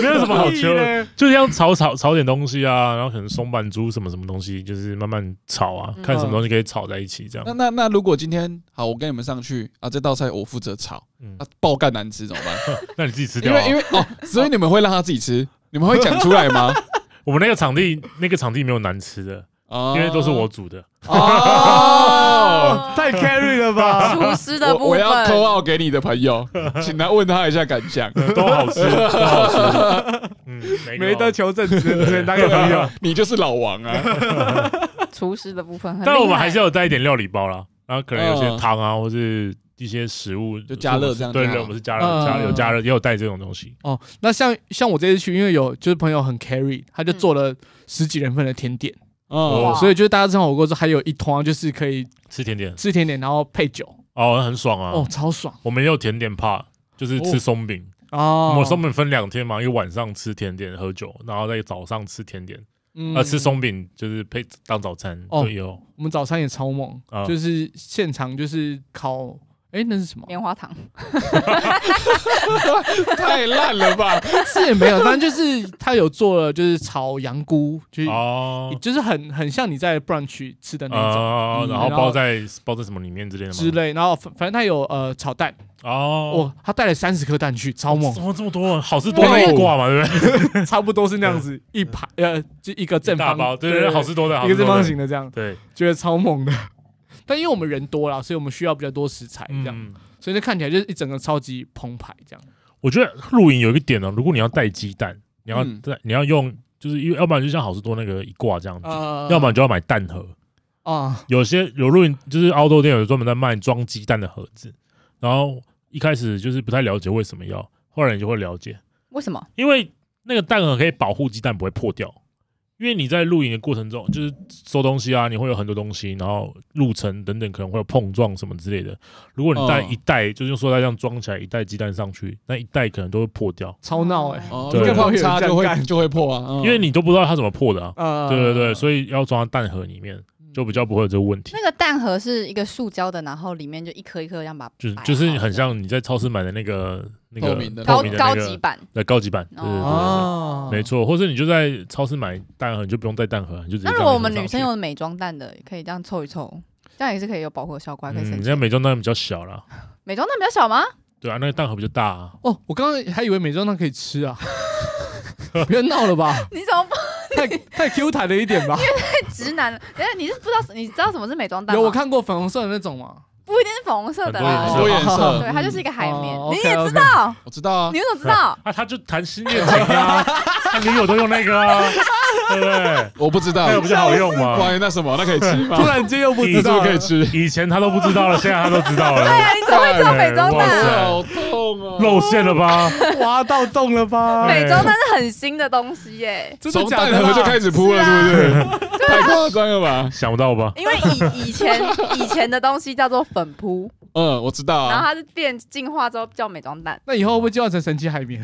没有什么好秋的，嘞？就像炒炒炒点东西啊，然后可能松板猪什么什么东西，就是慢慢炒啊，嗯看什么东西可以炒在一起这那样。那那，如果今天好，我跟你们上去啊，这道菜我负责炒，嗯啊，爆干难吃怎么办？ 那你自己吃因掉啊为因。为 哦，所以你们会让他自己吃，你们会讲出来吗？我们那个场地那个场地没有难吃的，哦 因为都是我煮的。 哦。太 carry 了吧？厨师的我部我要扣啊分。号给你的朋友，请他问他一下感想。都好 吃，都好吃。嗯，每个没都得好求证，只能只能当个朋友。你就是老王啊！厨师的部分很厉害，但我们还是有带一点料理包啦，然后可能有些汤啊，或是一些食物，哦就加热这样对，就好对我们是加嗯热，加热有加热，也有带这种东西。哦，那像像我这次去，因为有就是朋友很 carry，他就做了十几人份的甜点，哦哇，所以就是大家吃完火锅之后，还有一团就是可以吃甜点吃甜点，然后配酒，哦，那很爽哦啊，。超爽我们也有甜点趴，就是吃松饼。我哦们松饼分两天嘛，一个晚上吃甜点喝酒，然后在早上吃甜点，嗯啊，吃松饼就是配当早餐哦对有。我们早餐也超猛，啊就是现场就是烤，哎，那是什么？棉花糖，太烂了吧？ 是也没有，反正就是他有做了，就是炒羊菇，就是、哦就是很很像你在 brunch 吃的那种、哦嗯，然后然包后在包在什么里面之类的吗？之类。然后反反正他有呃炒蛋，哦，哦，他带了三十颗蛋去，超猛怎，么这么多？好事多哇那一挂嘛，对不对？ 差不多是那样子一排呃，就一个正大方包，对对对，好事多的，好一事个多正的方，形的这样，对，觉得超猛的。 但因为我们人多了，所以我们需要比较多食材，这样，嗯。所以就看起来就是一整个超级澎湃这样。我觉得露营有一个点呢，如果你要带鸡蛋，你要嗯带，你要用，就是因为要不然就像好事多那个一挂这样子，呃，嗯要不然就要买蛋盒。啊，有些有露营，就是澳洲店有专门在卖装鸡蛋的盒子，然后一开始就是不太了解为什么要，后来你就会了解，为什么？因为那个蛋盒可以保护鸡蛋不会破掉。因为你在露营的过程中，就是收东西啊，你会有很多东西，然后路程等等可能会有碰撞什么之类的。如果你带哦一袋，就是用塑料袋这样装起来一袋鸡蛋上去，那一袋可能都会破掉，超闹哎、哦哦，对就碰擦就会就会破啊，嗯因为你都不知道它怎么破的啊。呃，对对对，所以要装在蛋盒里面，就比较不会有这个问题。那个蛋盒是一个塑胶的，然后里面就一颗一颗这样把它就是摆好就是很像你在超市买的那个那透个明的高的那高个级版，对高级版，对对对对哦，没错，或者你就在超市买蛋盒，你就不用带蛋盒，你就直接那这样如果我们弄女生上去，有美妆蛋的，可以这样凑一凑，这样也是可以有保护的效果，还可以嗯，省人钱。家美妆蛋比较小啦，美妆蛋比较小吗？对啊，那个蛋盒比较大啊，哦，我刚刚还以为美妆蛋可以吃啊， 不要闹了 吧，你怎么不太太 Q 弹了一点吧。直男了？等一下你是不知道你知道什么是美妆蛋吗？有我看过粉红色的那种嘛，不一定是粉红色的啦，很多颜色啊对，它就是一个海绵嗯哦，你也 OK，OK 知道，我知道啊你，怎么知道？啊，他就谈新 恋情啊，他女友都用那个啊，对不对？我不 知道哎那个，不就好用吗？关于那什么，那可以吃吗哦 突？然间又不知这道个了可以吃，以前他都不知道了，现在他都知道了，对啊，你怎么会知道美妆哇蛋？啊塞好痛 哦，露馅了吧？挖到洞了吧？对美妆蛋是很新的东西耶，真的从假蛋的啦？盒就开始铺了，是啊是 不是？太夸张了吧？想不到吧？因为以以前以前的东西叫做粉扑，嗯，我知道然后它啊，是变进化之后叫美妆蛋，那以后会不会进化成神奇海绵？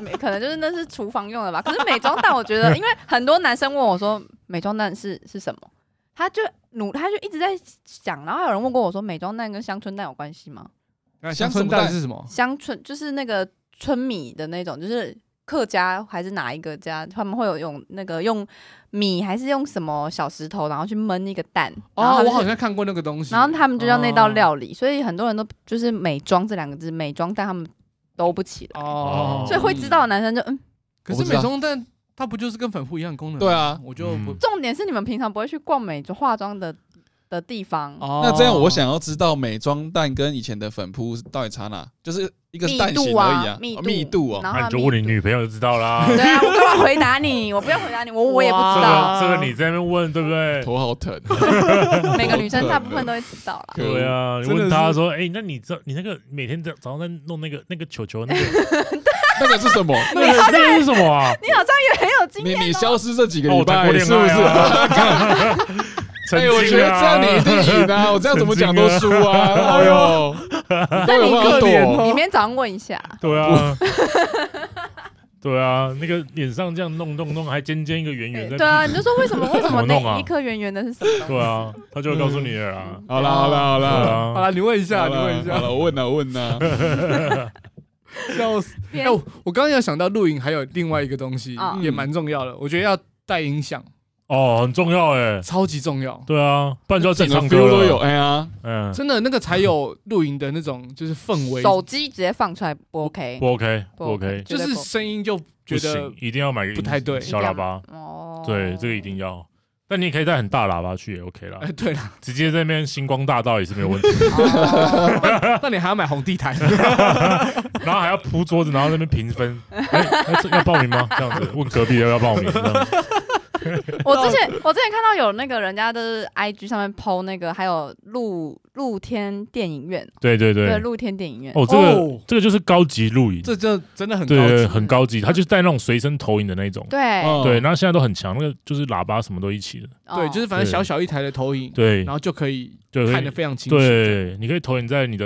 没可能就是那是厨房用的吧。可是美妆蛋，我觉得因为很多男生问我说美妆蛋是是什么，他就努他就一直在想，然后还有人问过我说美妆蛋跟乡村蛋有关系吗？乡村蛋是什么？乡村就是那个村米的那种，就是客家还是哪一个家，他们会有用那个用米还是用什么小石头，然后去焖一个蛋，然后哦，他我们就好像看过那个东西。然后他们就叫那道料理，所以很多人都就是美妆这两个字，美妆蛋他们都不起来，哦，所以会知道的男生就嗯。可是美妆蛋它不就是跟粉扑一样功能？对，啊。我就不嗯重点是你们平常不会去逛美妆化妆的的地方，哦。那这样，我想要知道美妆蛋跟以前的粉扑到底差哪？就是一个是蛋密形度而已啊啊，，密哦密度哦。然后那它你就密问你度女朋友就知道啦。对啊，我干嘛回答你？我不要回答你，我我也不知这哇 道，个这个你在那边问对不对？头好疼，啊每个女生大部分都会知道啦。对啊，你真的问是他说，哎，那你这你那个每天早早上在弄那个那个球球那个那个是 什么？那个那个是什么啊？你好像也很有经你验你消失这几个哦礼我谈拜过恋是不爱是？啊曾 哎，我觉经得啊这样你一定赢啊！我这样怎么讲都输啊！哎呦，都有办法可怜躲哦。你明天早上问一下，对啊，对啊，那个脸上这样弄弄弄，还尖尖一个圆圆在，对啊，你就说 为什么为什么怎么弄啊那一颗圆圆的是什么？对啊，他就会告诉你了啦。好啦好啦好对啦，好啊，了，你问一下，好你啦问一好下，了，我问啊了我问了，笑死！边哎，我我刚刚有想到露营还有另外一个东西嗯也蛮重要的，我觉得要带音响，哦，很重要哎，超级重要。对啊，不然就要自整己个唱 feel 歌都有。了。哎呀，嗯，真的，那个才有露营的那种就是氛围，手机直接放出来不 OK 不 OK，不不 OK，就是声音就不觉得行，一定要买个不太对小喇叭。哦，对，这个一定要。但你也可以带很大喇叭去也 OK 啦哎，，对了，直接在那边星光大道也是没有问题。 哦。那你还要买红地 毯，然后还要铺桌子，然后在那边评分， 哎，要这要报名吗？这样子问隔壁要不要报名，这样子我之前我之前看到有那个人家的 IG 上面 PO 那个，还有露露天电影院，对对对对，露天电影院，哦，这个、哦这个就是高级露营，这就真的很高对对，级。很高级，它就是带那种随身投影的那种。对哦嗯对，然后现在都很强，那个就是喇叭什么都一起的，哦哦对，就是反正小小一台的投影，对然后就可以对看得非常清楚。对，你可以投影在你的，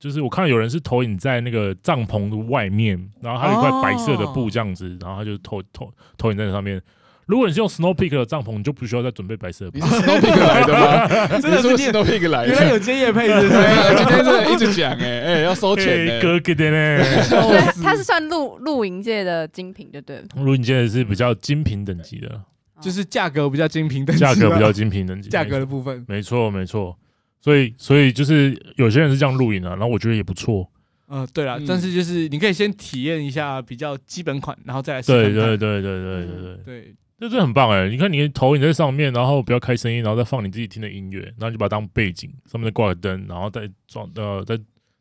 就是我看到有人是投影在那个帐哦篷的外面，然后它有一块白色的布这样子，然后它就投投投影在那上面。如果你是用 Snow Peak 的帐篷，你就不需要再准备白色的布你。是 Snow Pig 来的吗？ 真的是你是 Snow Pig 来 原来的。有接夜配是不对是？ 啊，今天真的一直讲哎哎，要收钱嘿呢。哥给的呢？所哦以它是算露露营界的精品，就对了。如果你现在是比较精品等级的， 就是价格比较精品，但是价格比较精品等级，啊价格的部分，没错没错。所以所以就是有些人是这样露营啊，然后我觉得也不错。嗯，对了嗯，但是就是你可以先体验一下比较基本款，然后再来试看对看对对对对对对，对，这这很棒哎！你看你的投影在上面，然后不要开声音，然后再放你自己听的音乐，然后就把它当背景，上面再挂个灯，然后再装呃再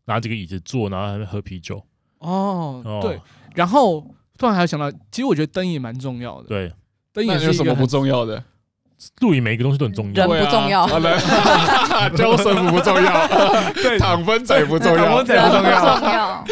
拿几个椅子坐，然后还喝啤酒。哦哦，对，然后突然还有想到，其实我觉得灯也蛮重要的，对，灯也那有是一什个么很不重要的？露营每一个东西都很重要人。不重要对啊 啊人交生服不重要，对躺分仔不重躺要分 仔，这也不重要不重要，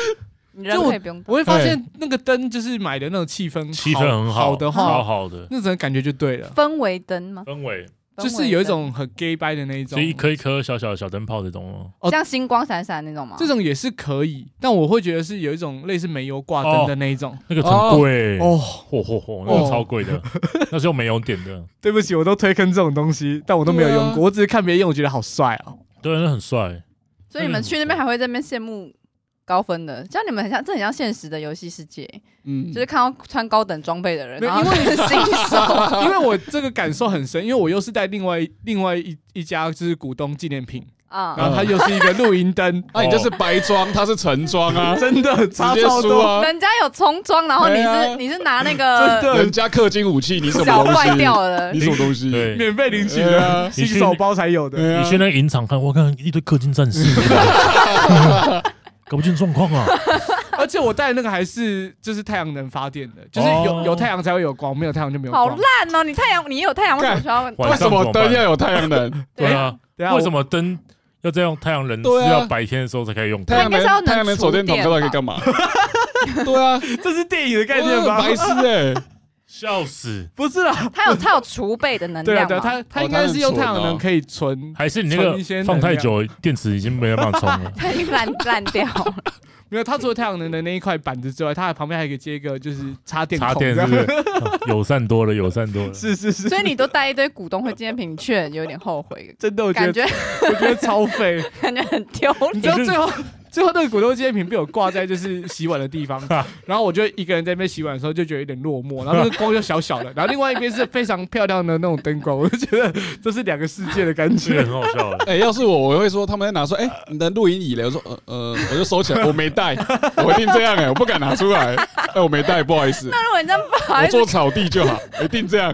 你人就可以不用动。我会发现那个灯就是买的那种气氛，气氛很好好的超话，好的那种感觉就对了，氛围灯吗？氛围，就是有一种很 gay bye 的那一种所以一，颗一颗小小的小灯泡这种哦。哦像星光闪闪那种吗？这种也是可以，但我会觉得是有一种类似煤油挂哦灯的那一种。那个很贵，嚯哦，嚯嚯，那个超贵的，那时候没有点的，对不起，我都推坑这种东西，但我都没有用对过，啊我只是看别人用，我觉得好帅哦。对，那很帅。所以你们去嗯那边还会在那边羡慕高分的，像你们很像，这很像现实的游戏世界，嗯就是看到穿高等装备的人，没有然后是新 手，啊因为我这个感受很深，因为我又是带另外一另外一一家就是股东纪念品，然啊，后它又是一个露营灯，那啊你就是白装，他是橙装啊， 真的 差直接超输多，啊，人家有重装，然后你对啊是你是拿那真 个人的家氪金武器，你什脚么东坏西？掉了你，什么东西？ 对，免费领取对的啊新手包才有的。对啊你去那个影场看，我看一堆氪金战士， 搞不清状况啊。而且我带的那个还是就是太阳能发电的，就是有、哦有太阳才会有光，没有太阳就没有好光。烂哦！你太阳，你有太阳，为什么需要问？为晚什上么么办灯要有太阳 能？对啊，哎等一下为什么？么灯要再用太阳能？对啊是要白天的时候才可以用太灯。它应阳该是要能能太阳能手电筒储电到底可以 干嘛？对啊，这是电影的概念哇吧？白痴哎，笑死！不是啦，它有它有储备的能对啊，量对啊，嘛？。它它哦应该是用太阳能可以存，还是你那个存一些能放量太久，电池已经没有办法充了它已经烂烂掉了，没有它除了太阳能的那一块板子之外，它旁边还可以接一个就是插 电插孔电这是样不是？啊友善多了，友善多 了。是是是所以你都带一堆股东会纪念品，确有点后悔， 真的，我觉感得觉我觉得超 废。感觉很丢你知道。脸最后最后那个股东纪念品被我挂在就是洗碗的地方，啊然后我就一个人在那边洗碗的时候就觉得有点落寞，然后那个光就小小的，然后另外一边是非常漂亮的那种灯光，我就觉得这是两个世界的感这个觉。很好笑哎，哎，要是我，我会说他们在拿说，哎，你的录音椅嘞？我说，呃呃，我就收起来，我没带，我一定这样哎，我不敢拿出来，哎，我没带，不好意思，那如果你这 样不好我意思坐草地就好，一定这样。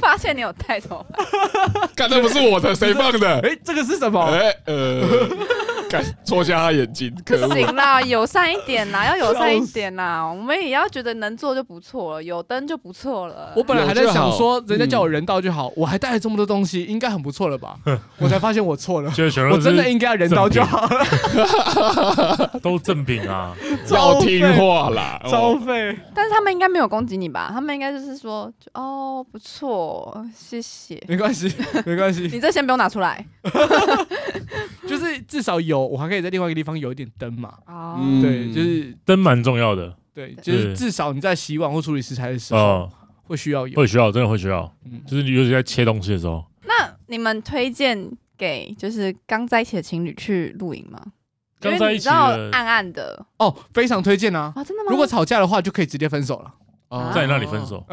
发现你有带头，干，那不是我的，谁放 的？哎，这个是什么？哎，呃，干，戳瞎他眼睛，不可恶。行啦，友善一 点啦，要友善一点啦。我们也要觉得能做就不错了，有灯就不错了。我本来还在想说有就，好人家叫我嗯人到就好，我还带了这么多东西，应该很不错了 吧？我才发现我错了，就是全我都真的是应该要人到就好了，都正品啊。要听话啦，超哦费。但是他们应该没有攻击你吧？他们应该就是说，就哦，不错，谢谢。没关系，没关系，你这先不用拿出来就是至少有，我还可以在另外一个地方有一点灯嘛。哦。嗯对，就是灯蛮重要的对，就是至少你在洗碗或处理食材的时候哦，会需要有。会需要，真的会需要嗯，就是你尤其在切东西的时候，那你们推荐给就是刚在一起的情侣去露营吗？刚在一起因为你的知道暗暗的哦，非常推荐啊！啊，真的吗？如果吵架的话，就可以直接分手了哦在那里分手，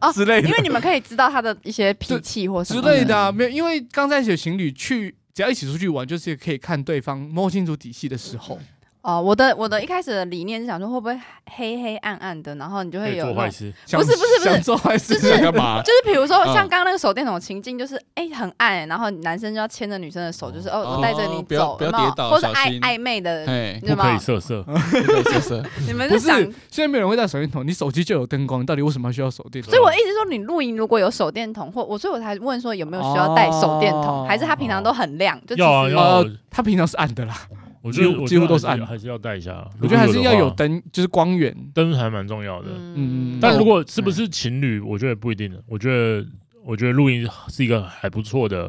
哦之类的 因为你们可以知道他的一些脾气或什之么类哦的啊。没有，因为刚在一起的情侣去，只要一起出去玩，就是可以看对方摸清楚底细的时候。哦，我的我的一开始的理念是想说，会不会黑黑暗暗的，然后你就可会以有做那坏种事，想不是不是不是想做坏事就是在 干嘛？就是比如说嗯像刚刚那个手电筒的情境，就是哎、很暗、然后男生就要牵着女生的手，就是哦哦我带着你不要走，不要有没有跌倒或者小暧心暧昧的，哎，你知不道可以吗？色色。是是你 们不是是想，现在没有人会带手电筒，你手机就有灯光，你到底为什么需要手电筒？所以我一直说你露营如果有手电筒，或我所以我才问说有没有需要带手电筒，哦还是他平常都很亮？就其要啊实要啊，我它平常是暗的啦，我觉得呃几乎我觉得几乎都是还暗还是要带一下。啊我觉得还是要如果有的话灯，就是光源。灯还蛮重要的。嗯但哦如果是不是情侣，我觉得不一定的。我觉得，我觉得露营是一个还不错的、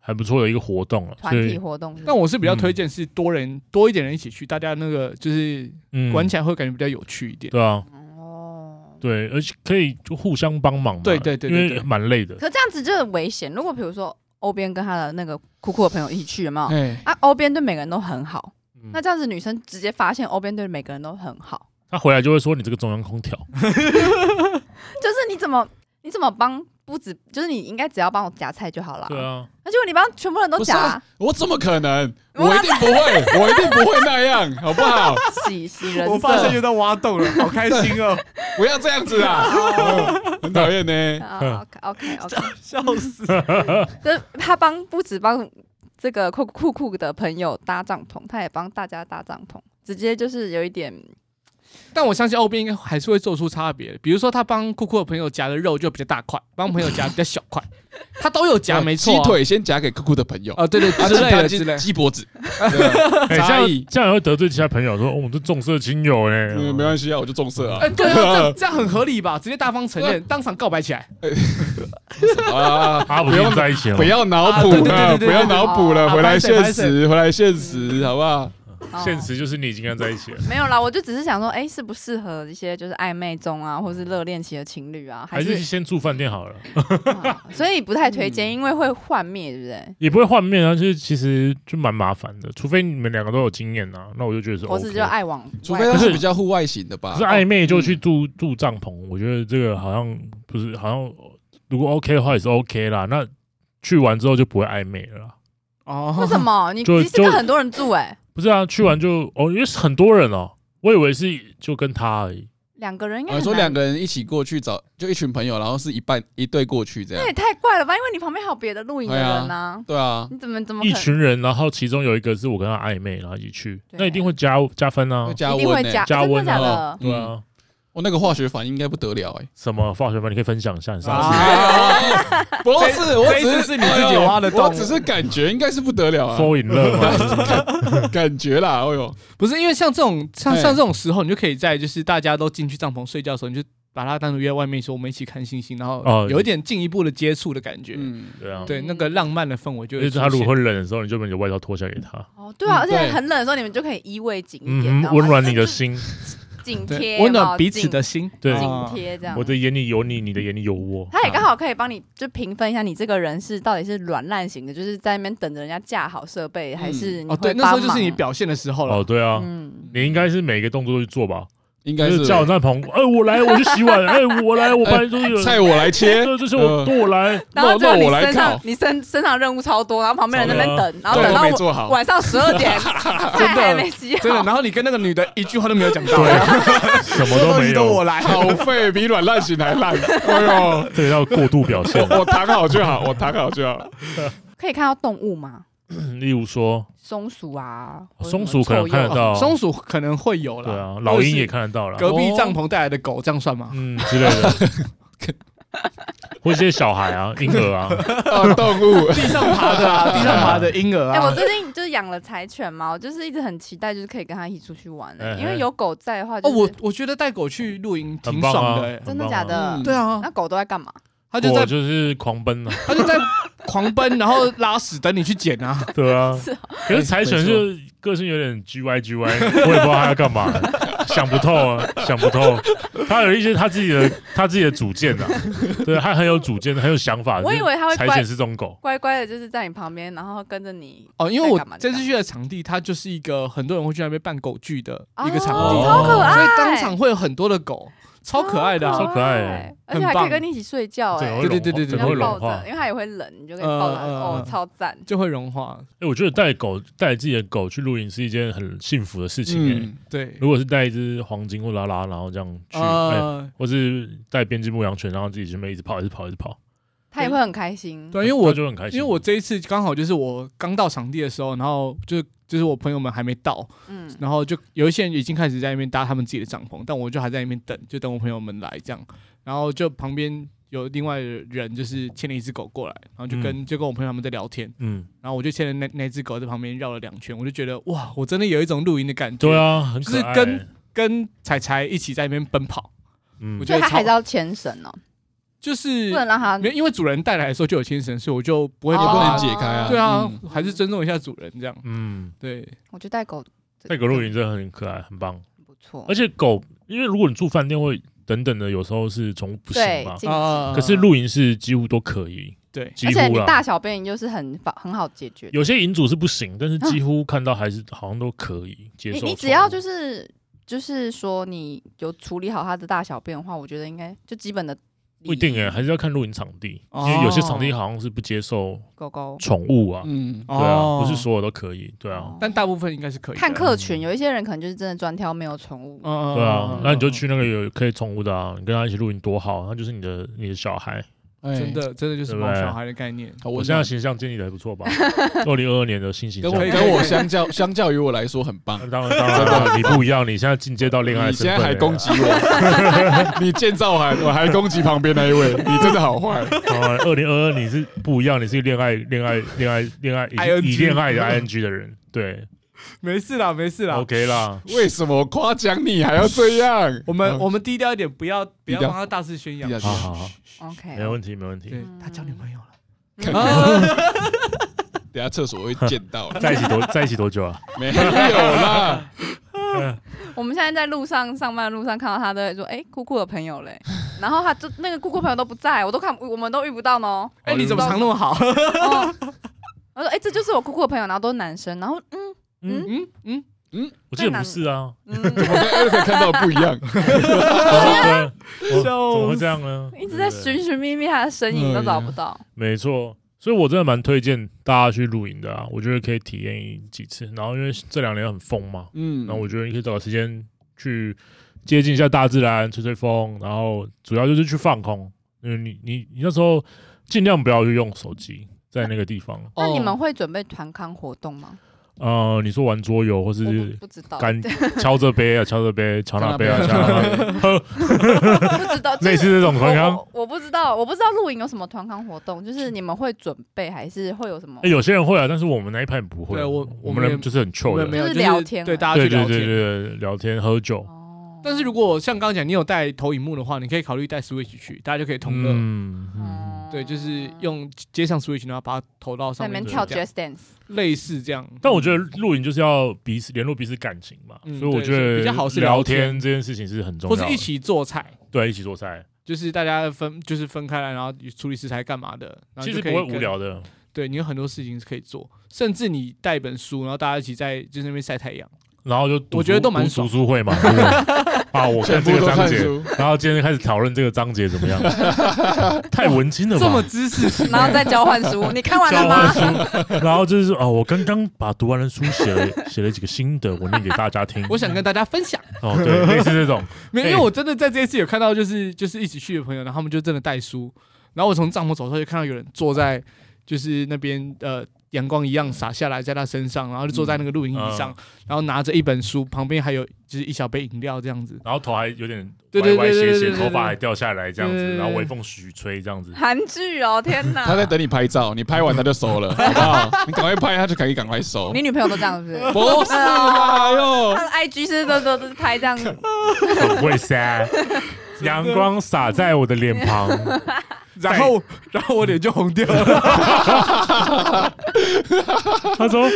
还不错的一个活动了。啊团所体以，活动是不是但我是比较推荐是多人多一点人一起去，大家那个就是嗯玩起来会感觉比较有趣一点。对啊，哦，对，而且可以就互相帮忙嘛，对对对对因为对蛮累的，可是这样子就很危险。如果比如说欧边跟他的那个酷酷的朋友一起去，有没有？哎，啊，欧边对每个人都很好，嗯那这样子女生直接发现欧边对每个人都很好，他回来就会说你这个中央空调，就是你怎么你怎么帮不止，就是你应该只要帮我夹菜就好了。对， 啊，那结果你帮全部人都不是夹、啊我怎么可能？我我一定不会， 我一定不会那样，好不好？啊喜喜人我发现又在挖洞了，好开心哦，不要这样子 啊，哦很讨厌呢。 OK OK OK，笑死！啊就是他帮不止帮这个酷酷酷的朋友搭帐篷，他也帮大家搭帐篷，直接就是有一点 但我相信欧边应该还是会做出差别，比如说他帮酷酷的朋友夹的肉就比较大块，帮朋友夹比较小块，他都有夹，没错啊。哎鸡腿先夹给酷酷的朋友，啊，对对啊之类的鸡之类的。鸡 脖子，对啊哎，这差样异这样会得罪其他朋友说，哦，我们这重色轻友哎，嗯没关系啊，我就重色啊哎，。 对啊，这样这样很合理吧？直接大方承认，当场告白起来。啊，他不不是已要经在一起了吗，不要脑补啊了，对对对对对不要脑补了，啊回来拍谁现拍谁实，回来现实，好不好？哦现实就是你已经跟他在一起了，没有啦，我就只是想说，哎、适不适合一些就是暧昧中啊，或是热恋期的情侣啊，还还是是嗯先住饭店好了， 啊所以不太推荐，因为会幻灭，对不对？也不会换面啊，就是其实就蛮麻烦的，除非你们两个都有经验啊，那我就觉得是我 OK 只。就爱嗯往除外非他可是是比较户外型的吧啊可是。暧昧就去住住帐篷，我觉得这个好像不是，好像如果 OK 的话也是 OK 啦。那去完之后就不会暧昧了啦。哦为什么你 就其实跟就很多人住哎、不是啊，去完嗯就哦，因为是很多人哦，我以为是就跟他而已。两个人应该我很哦啊说难两个人一起过去找，就一群朋友，然后是一半一队过去这那样也。太怪了吧？因为你旁边还有别的露营的人呐、对啊，你怎么怎么可一能群人，然后其中有一个是我跟他暧昧，然后一起去，对那一定会加加分啊会。加嗯一定会温加呢。加真温的假啊的？对啊，我那个化学反应应该不得了哎。什么化学班你可以分享一下，你上次啊 不是，我这一只次是你自己挖哎的洞我只是感觉应该是不得了啊， fall in love 吗？感觉啦，哎呦，不是因为像这种像哎像这种时候，你就可以在就是大家都进去帐篷睡觉的时候，你就把他单独约外面说我们一起看星星，然哦后有一点进一步的接触的感觉。嗯，对啊，对，那个浪漫的氛围就就会是他如出果现会冷的时候，你就把你的外套脱下给他，哦，对啊，嗯而且对很冷的时候，你们就可以依偎紧一点嗯，，知道吗温暖你的，心。就是紧贴，对温有没有暖彼此的心。对紧啊紧贴这样我。的眼里有你，你的眼里有我。他也刚好可以帮你就评分一下，你这个人是到底是软烂型的，就是在那边等着人家架好设备，还是你哦，对，会那时候帮就是你忙？表现的时候哦，了。对啊，嗯，你应该是每个动作都去做吧？应就该是是叫我那棚，哎，我来，我去洗碗，哎，我来，我把就是有，菜我来切，这这是嗯我，都我 来，然后结那果那你我来身上搞你身身上任务超多，然后旁边人在那边对等，然后对等我到没晚做好，晚上十二点，菜还没洗真的，好，然后你跟那个女的一句话都没有讲到，啊 什么这都东 没西都有我， 来。好废，比软烂型还 烂，哎呦，这个叫过度表现。我我躺好就好，我躺好就好，可以看到动物吗？嗯例如说，松鼠啊，或者松鼠可能什么臭鼬啊看得到松鼠可能会有对啦，啊，老鹰也看得到了，隔壁帐篷带来的狗，这样算吗？嗯之类 的，或一些小孩啊、婴儿 啊，啊，动物，地上爬的啊， 地上爬的婴儿哎、我啊，最近就是养了柴犬嘛，我就是一直很期待，就是可以跟它一起出去玩、欸，哎哎因为有狗在的话、哦，就是，我我觉得带狗去露营挺很棒爽啊的，哎，真的假的？嗯对啊那，狗都在干嘛？他就我在就是狂奔啊，他就在 狂奔，然后拉屎等你去捡啊。 对啊是啊。可是柴犬就个性有点 G Y G Y，我也不知道它要干嘛， 想不透啊，想不透。它有一些它自己的它自己的主见啊，对，它很有主见，很有想法。我以为它会柴乖犬啊是这种狗，乖乖的，就是在你旁边，然后跟着你。哦，因为在干我嘛这次去的场地，它就是一个很多人会去那边办狗聚的一个场哦地，超可爱，哦所以当场会有很多的狗，超可爱的、超啊。可爱而且还可以很棒跟你一起睡觉、整哎个对会，融对对对对整个会然后融抱化着，。因为它也会冷，你就可以抱着嗯它，嗯嗯哦，嗯超赞。就会融化，哎，我觉得带狗带自己的狗去露营是一件很幸福的事情哎。嗯，对，如果是带一只黄金或拉拉，然后这样去，哎，呃，或是带边境牧羊犬，然后自己这边一直跑，一直跑，一直跑，它也会很开心。对，因为我它就很开心。因为我这一次刚好就是我刚到场地的时候，然后就就是我朋友们还没到，嗯，然后就有一些人已经开始在那边搭他们自己的帐篷，但我就还在那边等，就等我朋友们来这样。然后就旁边有另外的人就是牵了一只狗过来，然后就跟、就跟我朋友他们在聊天，嗯，然后我就牵着那那只狗在旁边绕了两圈，我就觉得哇，我真的有一种露营的感觉，对，啊，很就可是爱跟哎。跟彩彩一起在那边奔跑，嗯我觉所以得它超还是要牵绳哦，就是不能让它没有因为主人带来的时候就有牵绳，所以我就不会哦把也不它能解开啊，对啊嗯，还是尊重一下主人这样，嗯，对，我觉得带狗带狗露营真的很可爱，很棒。不错而。且狗，因为如果你住饭店会等等的，有时候是宠物不行对嘛。禁止啊可是露营是几乎都可以，对几而且乎你啦。大小便就是很方很好解决的。有些营主是不行，但是几乎看到还是好像都可以接你受。你只要就是就是说你有处理好它的大小便的话，我觉得应该就基本的不一定哎、哎、还是要看露营场地，哦因为有些场地好像是不接受狗狗宠物啊，嗯，对啊，哦不是所有都可以，对啊，嗯但大部分应该是可以的哦看客群，有一些人可能就是真的专挑没有宠物。嗯嗯对啊嗯，那你就去那个有可以宠物的啊，你跟他一起露营多好，他就是你的你的小孩。哎真，的真的就是对不猫对小孩的概念，好我我现在想形象建立的还不错吧？二零二二年的新形跟象，我可以跟我相较相较于我来说很棒那，当然当然当然，你不一样，你现在进阶到恋爱你身现份了，在还攻击我， 你建造还我还攻击旁边那一位，你真的好坏。二零二二你是不一样，你是恋爱恋爱恋爱恋爱以 ING 以恋爱的 ing 的人，对没事啦，没事啦。 ，OK 啦， 为什么夸奖你还要这 样？嗯我们我们低调一点，不要不要低调帮他大肆宣扬低调。低好好好， OK，没问题没问题，对，他交女朋友了。看啊等下厕所会见到，在一起多在一起多久啊？没有啦，我们现在在路上上班的路上看到他都会说：“哎、酷酷的朋友嘞。”然后他就那个酷酷朋友都不在，我都看我们都遇不到呢哦。哎，你怎么藏那么好？哦我说：“哎、这就是我酷酷的朋友，然后都是男生，然后嗯嗯嗯嗯，我记得不是啊，嗯， 我跟 Eric 看到的不一样，对，我怎笑死么会这样呢？一直在对不对寻寻觅觅他的身影嗯都找不到。没错，所以我真的蛮推荐大家去露营的啊，我觉得可以体验几次。然后因为这两年很疯嘛，嗯那我觉得你可以找个时间去接近一下大自然，吹吹风，然后主要就是去放空。嗯，你你你那时候尽量不要去用手机。在那个地方，那你们哦会准备团康活动吗？呃，你说玩桌游或我是不不知道，干敲这杯啊，敲这杯，敲那杯啊，敲那杯，不知道类似这种我团康。我我不知道，我不知道露营有什么团康活动，就是你们会准备还是会有什么哎、？有些人会啊，但是我们那一派不会。对我我我们们人也就是很 chill 没的有，没有，就是就是聊天啊对而已大家对去对聊对天。对，聊天喝酒，哦但是如果像刚刚讲，你有带投影幕的话，你可以考虑带 Switch 去，大家就可以同乐。嗯嗯。哦对，就是用接上 Switch，然后把它投到在上那面边去，跳这样 Just Dance，类似这样。但我觉得露营就是要彼此联络彼此感情嘛，嗯所以我对觉得比较好是聊聊天这件事情是很重或要的，者一起做菜，对一起做菜，就是大家分就是分开来，然后处理食材干嘛的，然后其就实可不以会跟无。聊的。对你有很多事情是可以做，甚至你带一本书，然后大家一起在就是那边晒太阳。然后就读我觉得书都蛮读爽读书 会嘛，对不对啊，我全看部这个都章看节，书，然后今天开始讨论这个章节怎么 样，太文青了这么吧？知识 型，然后再交换书，你看完了交换吗？书，然后就是啊，我刚刚把读完的书写了写了几个心得，我念给大家听。 我想跟大家分享。哦，对，类似这种，没有，哎因为我真的在这一次有看到，就是就是一起去的朋友，然后他们就真的带书，然后我从帐篷走出来就看到有人坐在就是那边呃阳光一样洒下来在他身上，然后就坐在嗯那个露营椅上，然后拿着一本书，旁边还有就是一小杯饮料这样 子。然后头还有点对歪对歪对斜对斜，对对头发对还掉下来这样对对子，对然后微风徐吹这样子。韩剧哦，天他在哪！等你拍照，你拍完他就收了，好不好？你赶快拍，他就可以赶快收你。女朋友都这样是不 是？不是啦哟 她，的 IG 是都都都是拍这样子，很会塞，阳光洒在我的脸庞，然后然后我脸就红掉了， 他说：“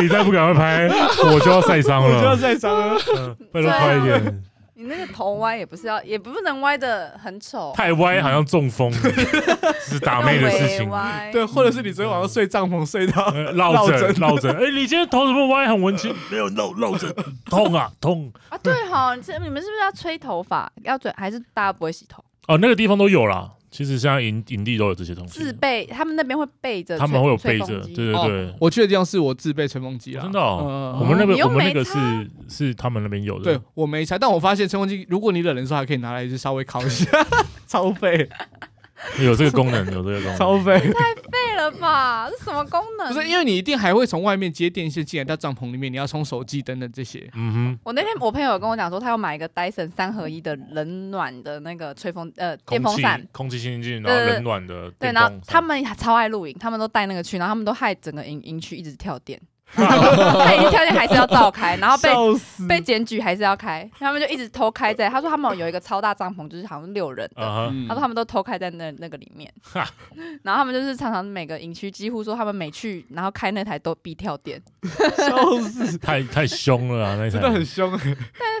你再不赶快拍，我就要晒伤我就要了。晒伤了。嗯拜托快一点，你那个头歪也不是要，也不能歪的很丑，太歪好像中风，是打妹的事情要微。歪对，或者是你昨天晚上睡帐篷睡到呃落枕，枕落枕。哎，你今天头怎么歪？很文青，没有落落枕，痛啊痛。啊，对哈，这你们是不是要吹头发？要吹还是大家不会洗头？哦，那个地方都有啦。其实现在营营地都有这些东西自，备，他们那边会备着吹，他们会有备吹着，风机对对对。哦我去的地方是我自备吹风机啦，真的哦嗯我们那哦你边又我们那个没差是是他们那边有的，对我没拆，但我发现吹风机，如果你冷的时候还可以拿来就稍微烤一下， 超费有这个功能，有这个功能。超费。废了吧？这什么功能？不是，因为你一定还会从外面接电线进来到帐篷里面，你要充手机等等这些。嗯我那天我朋友有跟我讲说，他要买一个 Dyson 三合一的冷暖的那个吹风呃哼，电空风气伞。空气清新剂，然后对对冷暖的对，电然风后扇他们超爱露营，他们都带那个去，然后他们都害整个营营区一直跳电， 他已经跳电还是要照开，然后被笑死！被检举还是要开，他们就一直偷开在。他说他们有一个超大帐篷，就是好像六人的，啊嗯哈，他说他们都偷开在那那个里面，然后他们就是常常每个营区几乎说他们每去，然后开那台都必跳电，笑死，太太凶了啊，那一台真的很凶。但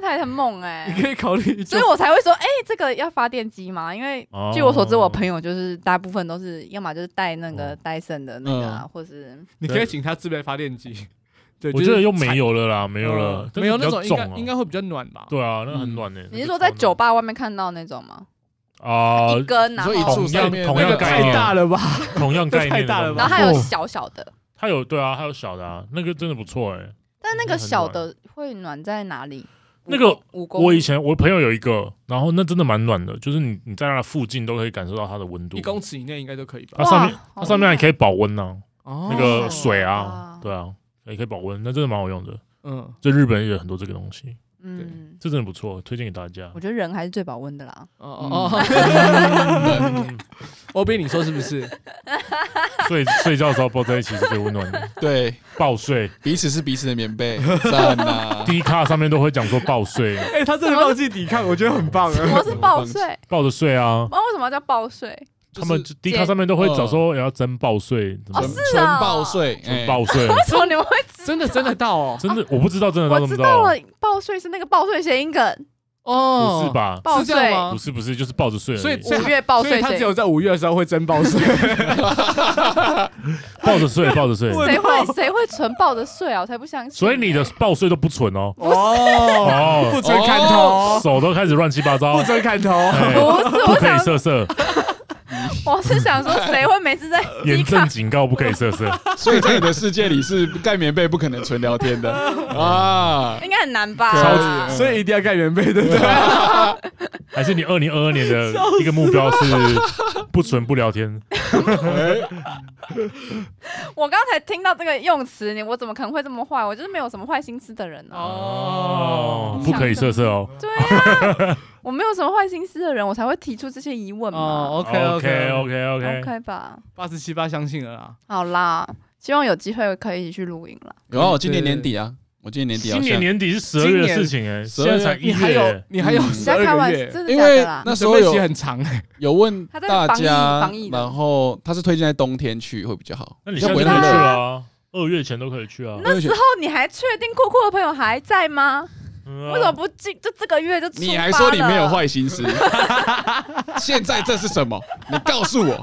那台很猛 哎、你可以考虑就所以我才会说，哎、这个要发电机吗？因为哦据我所知，我朋友就是大部分都是要么就是带那个哦戴森的那个、嗯啊，或是你可以请他自备发电 机。对，我就觉是得又没踩有了啦，没有呃了，但没是有比那较种应重该啊应该会比较暖吧？对啊，那很嗯暖呢。你是说在酒吧吧外面看到那种吗？哦啊一？根，然后你说一同柱上样面同那样个概太念啊大了吧？同样概念 太的大东了西吧然后还有哦小小的，它有对啊，还有小的啊，那个真的不错哎。但那那个很小暖的会暖在哪里？那个五公，我以前我朋友有一个，然后那真的蛮暖的，就是你你在那附近都可以感受到它的温度一，公尺以内应该都可以吧啊？上面哇好它上面还暖可以保温啊呢，哦那个水啊哇，对啊，也可以保温，那真的蛮好用的。嗯，就日本也有很多这个东西，嗯，这真的不错，推荐给大家我。觉得人还是最保温的啦。哦哦哦，嗯欧比，你说是不 是？睡睡觉的时候抱在一起是最温 暖的，对，抱睡。彼此是彼此的棉被，赞啊呐！ D 卡上面都会讲说 抱睡，哎，他真的放弃抵抗， 我觉得很棒什啊。么是报税？抱着睡啊。那为什么要叫报税？ 他们 D 卡上面都会找说要真抱睡，怎么哦是啊纯报税，哎真抱睡？为什么哦你们 会知道？真的真的到哦真的我不知道，真的到啊我这知么道到，了，报税是那个报税谐音梗，哦， 不是？吧？报是这样税，吗不？是不是，就是抱着睡而已，所以五月报哦所以税他只有谁在五月的时候会真包 水，抱 着睡，抱着睡。我 谁会谁会纯抱着睡啊？我才不相信。所以你的抱睡都不纯哦，哦，不哦，准砍头，手都开始乱七八糟不，准砍头，哎不是，不我可以想色色， 我是想说，谁会每次在严迪正卡警告不可以色色。所以在你的世界里是盖棉被不可能纯聊天的啊。应该很难吧？超级所以一定要盖棉被，对不对？还是你二零二二年的一个目标是不纯不聊天？我刚才听到这个用词，你我怎么可能会这么坏？我就是没有什么坏心思的人呢、啊。哦，不可以色色哦。对呀、我没有什么坏心思的人，我才会提出这些疑问嘛。哦，OK OK OK， OK OK， OK 吧，八十七八相信了啦。好啦，希望有机会可以一起去露营啦。然后我今年年底啊，我今年年底今好年像，年底是十二月的事情哎，现12月在才一你还有月，你还有嗯你十在开二个玩月，真的因假为的啦？那时准候备期有很长，有问他在大防疫家防疫，的然后他是推荐在冬天去会比较好。那你要现在不会就可以去那么热了啊，二月前都可以去啊。那时候你还确定酷酷的朋友还在吗？嗯啊为什么不进？就这个月就出发了呃你还说你没有？坏 心思？ 现在这是什么？你告诉我，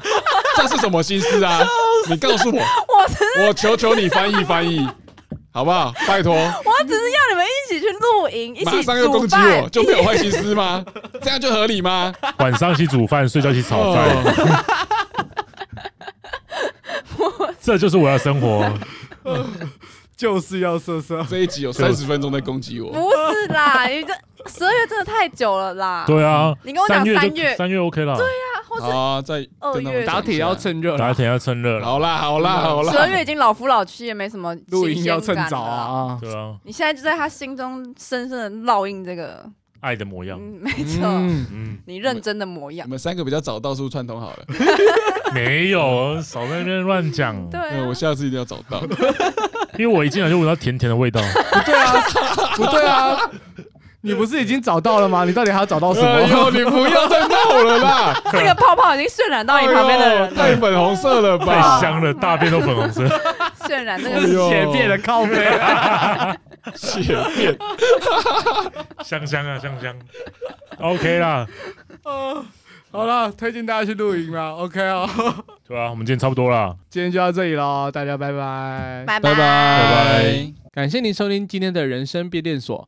这是什么心思啊？你告诉我，我只我求求你翻译翻译，好不好？拜托，我只是要你们一起去露营，一马起上又攻煮击饭我，，就没有坏心思吗？这样就合理吗？晚上一起煮饭，睡觉一起炒 菜，哦，这就是我要生活。 就是要色色。 这一集有三十分钟在攻击我，不是啦，你这十二月真的太久了啦。对啊，你跟我讲三月三就月三月 OK 啦，啊，或是啊，再跟他们二月讲打一下铁要趁热大家啦，等一下趁热了。好啦，好嗯啦，好十二啦，月已经老夫老妻，也没什么露营新鲜要趁感早了。啊。对啊，你现在就在他心中深深的烙印这个，爱的模样。嗯，没错，嗯，嗯，你认真的模样你。们三个比较早到处串通好了，嗯没有，少在那边乱讲。对嗯啊我，下次一定要找 到。因为我一进来就闻到甜甜的味道。不对啊，不对啊，你不是已经找到了吗？你到底还要找到什哎么？呦，你不要再闹了啦！ 这个泡泡已经渲染到哎你呦旁边的人了，太粉红色了太吧？香了，大便都粉红色。 渲染 这这个是前面的靠背啊，谢变，香香啊，香香，OK 啦， 好了，推荐大家去露营啦。OK 啊，对啊，我们今天差不多啦， 今天就到这里喽，大家拜拜。拜拜拜拜。感谢您收听今天的人生变电所，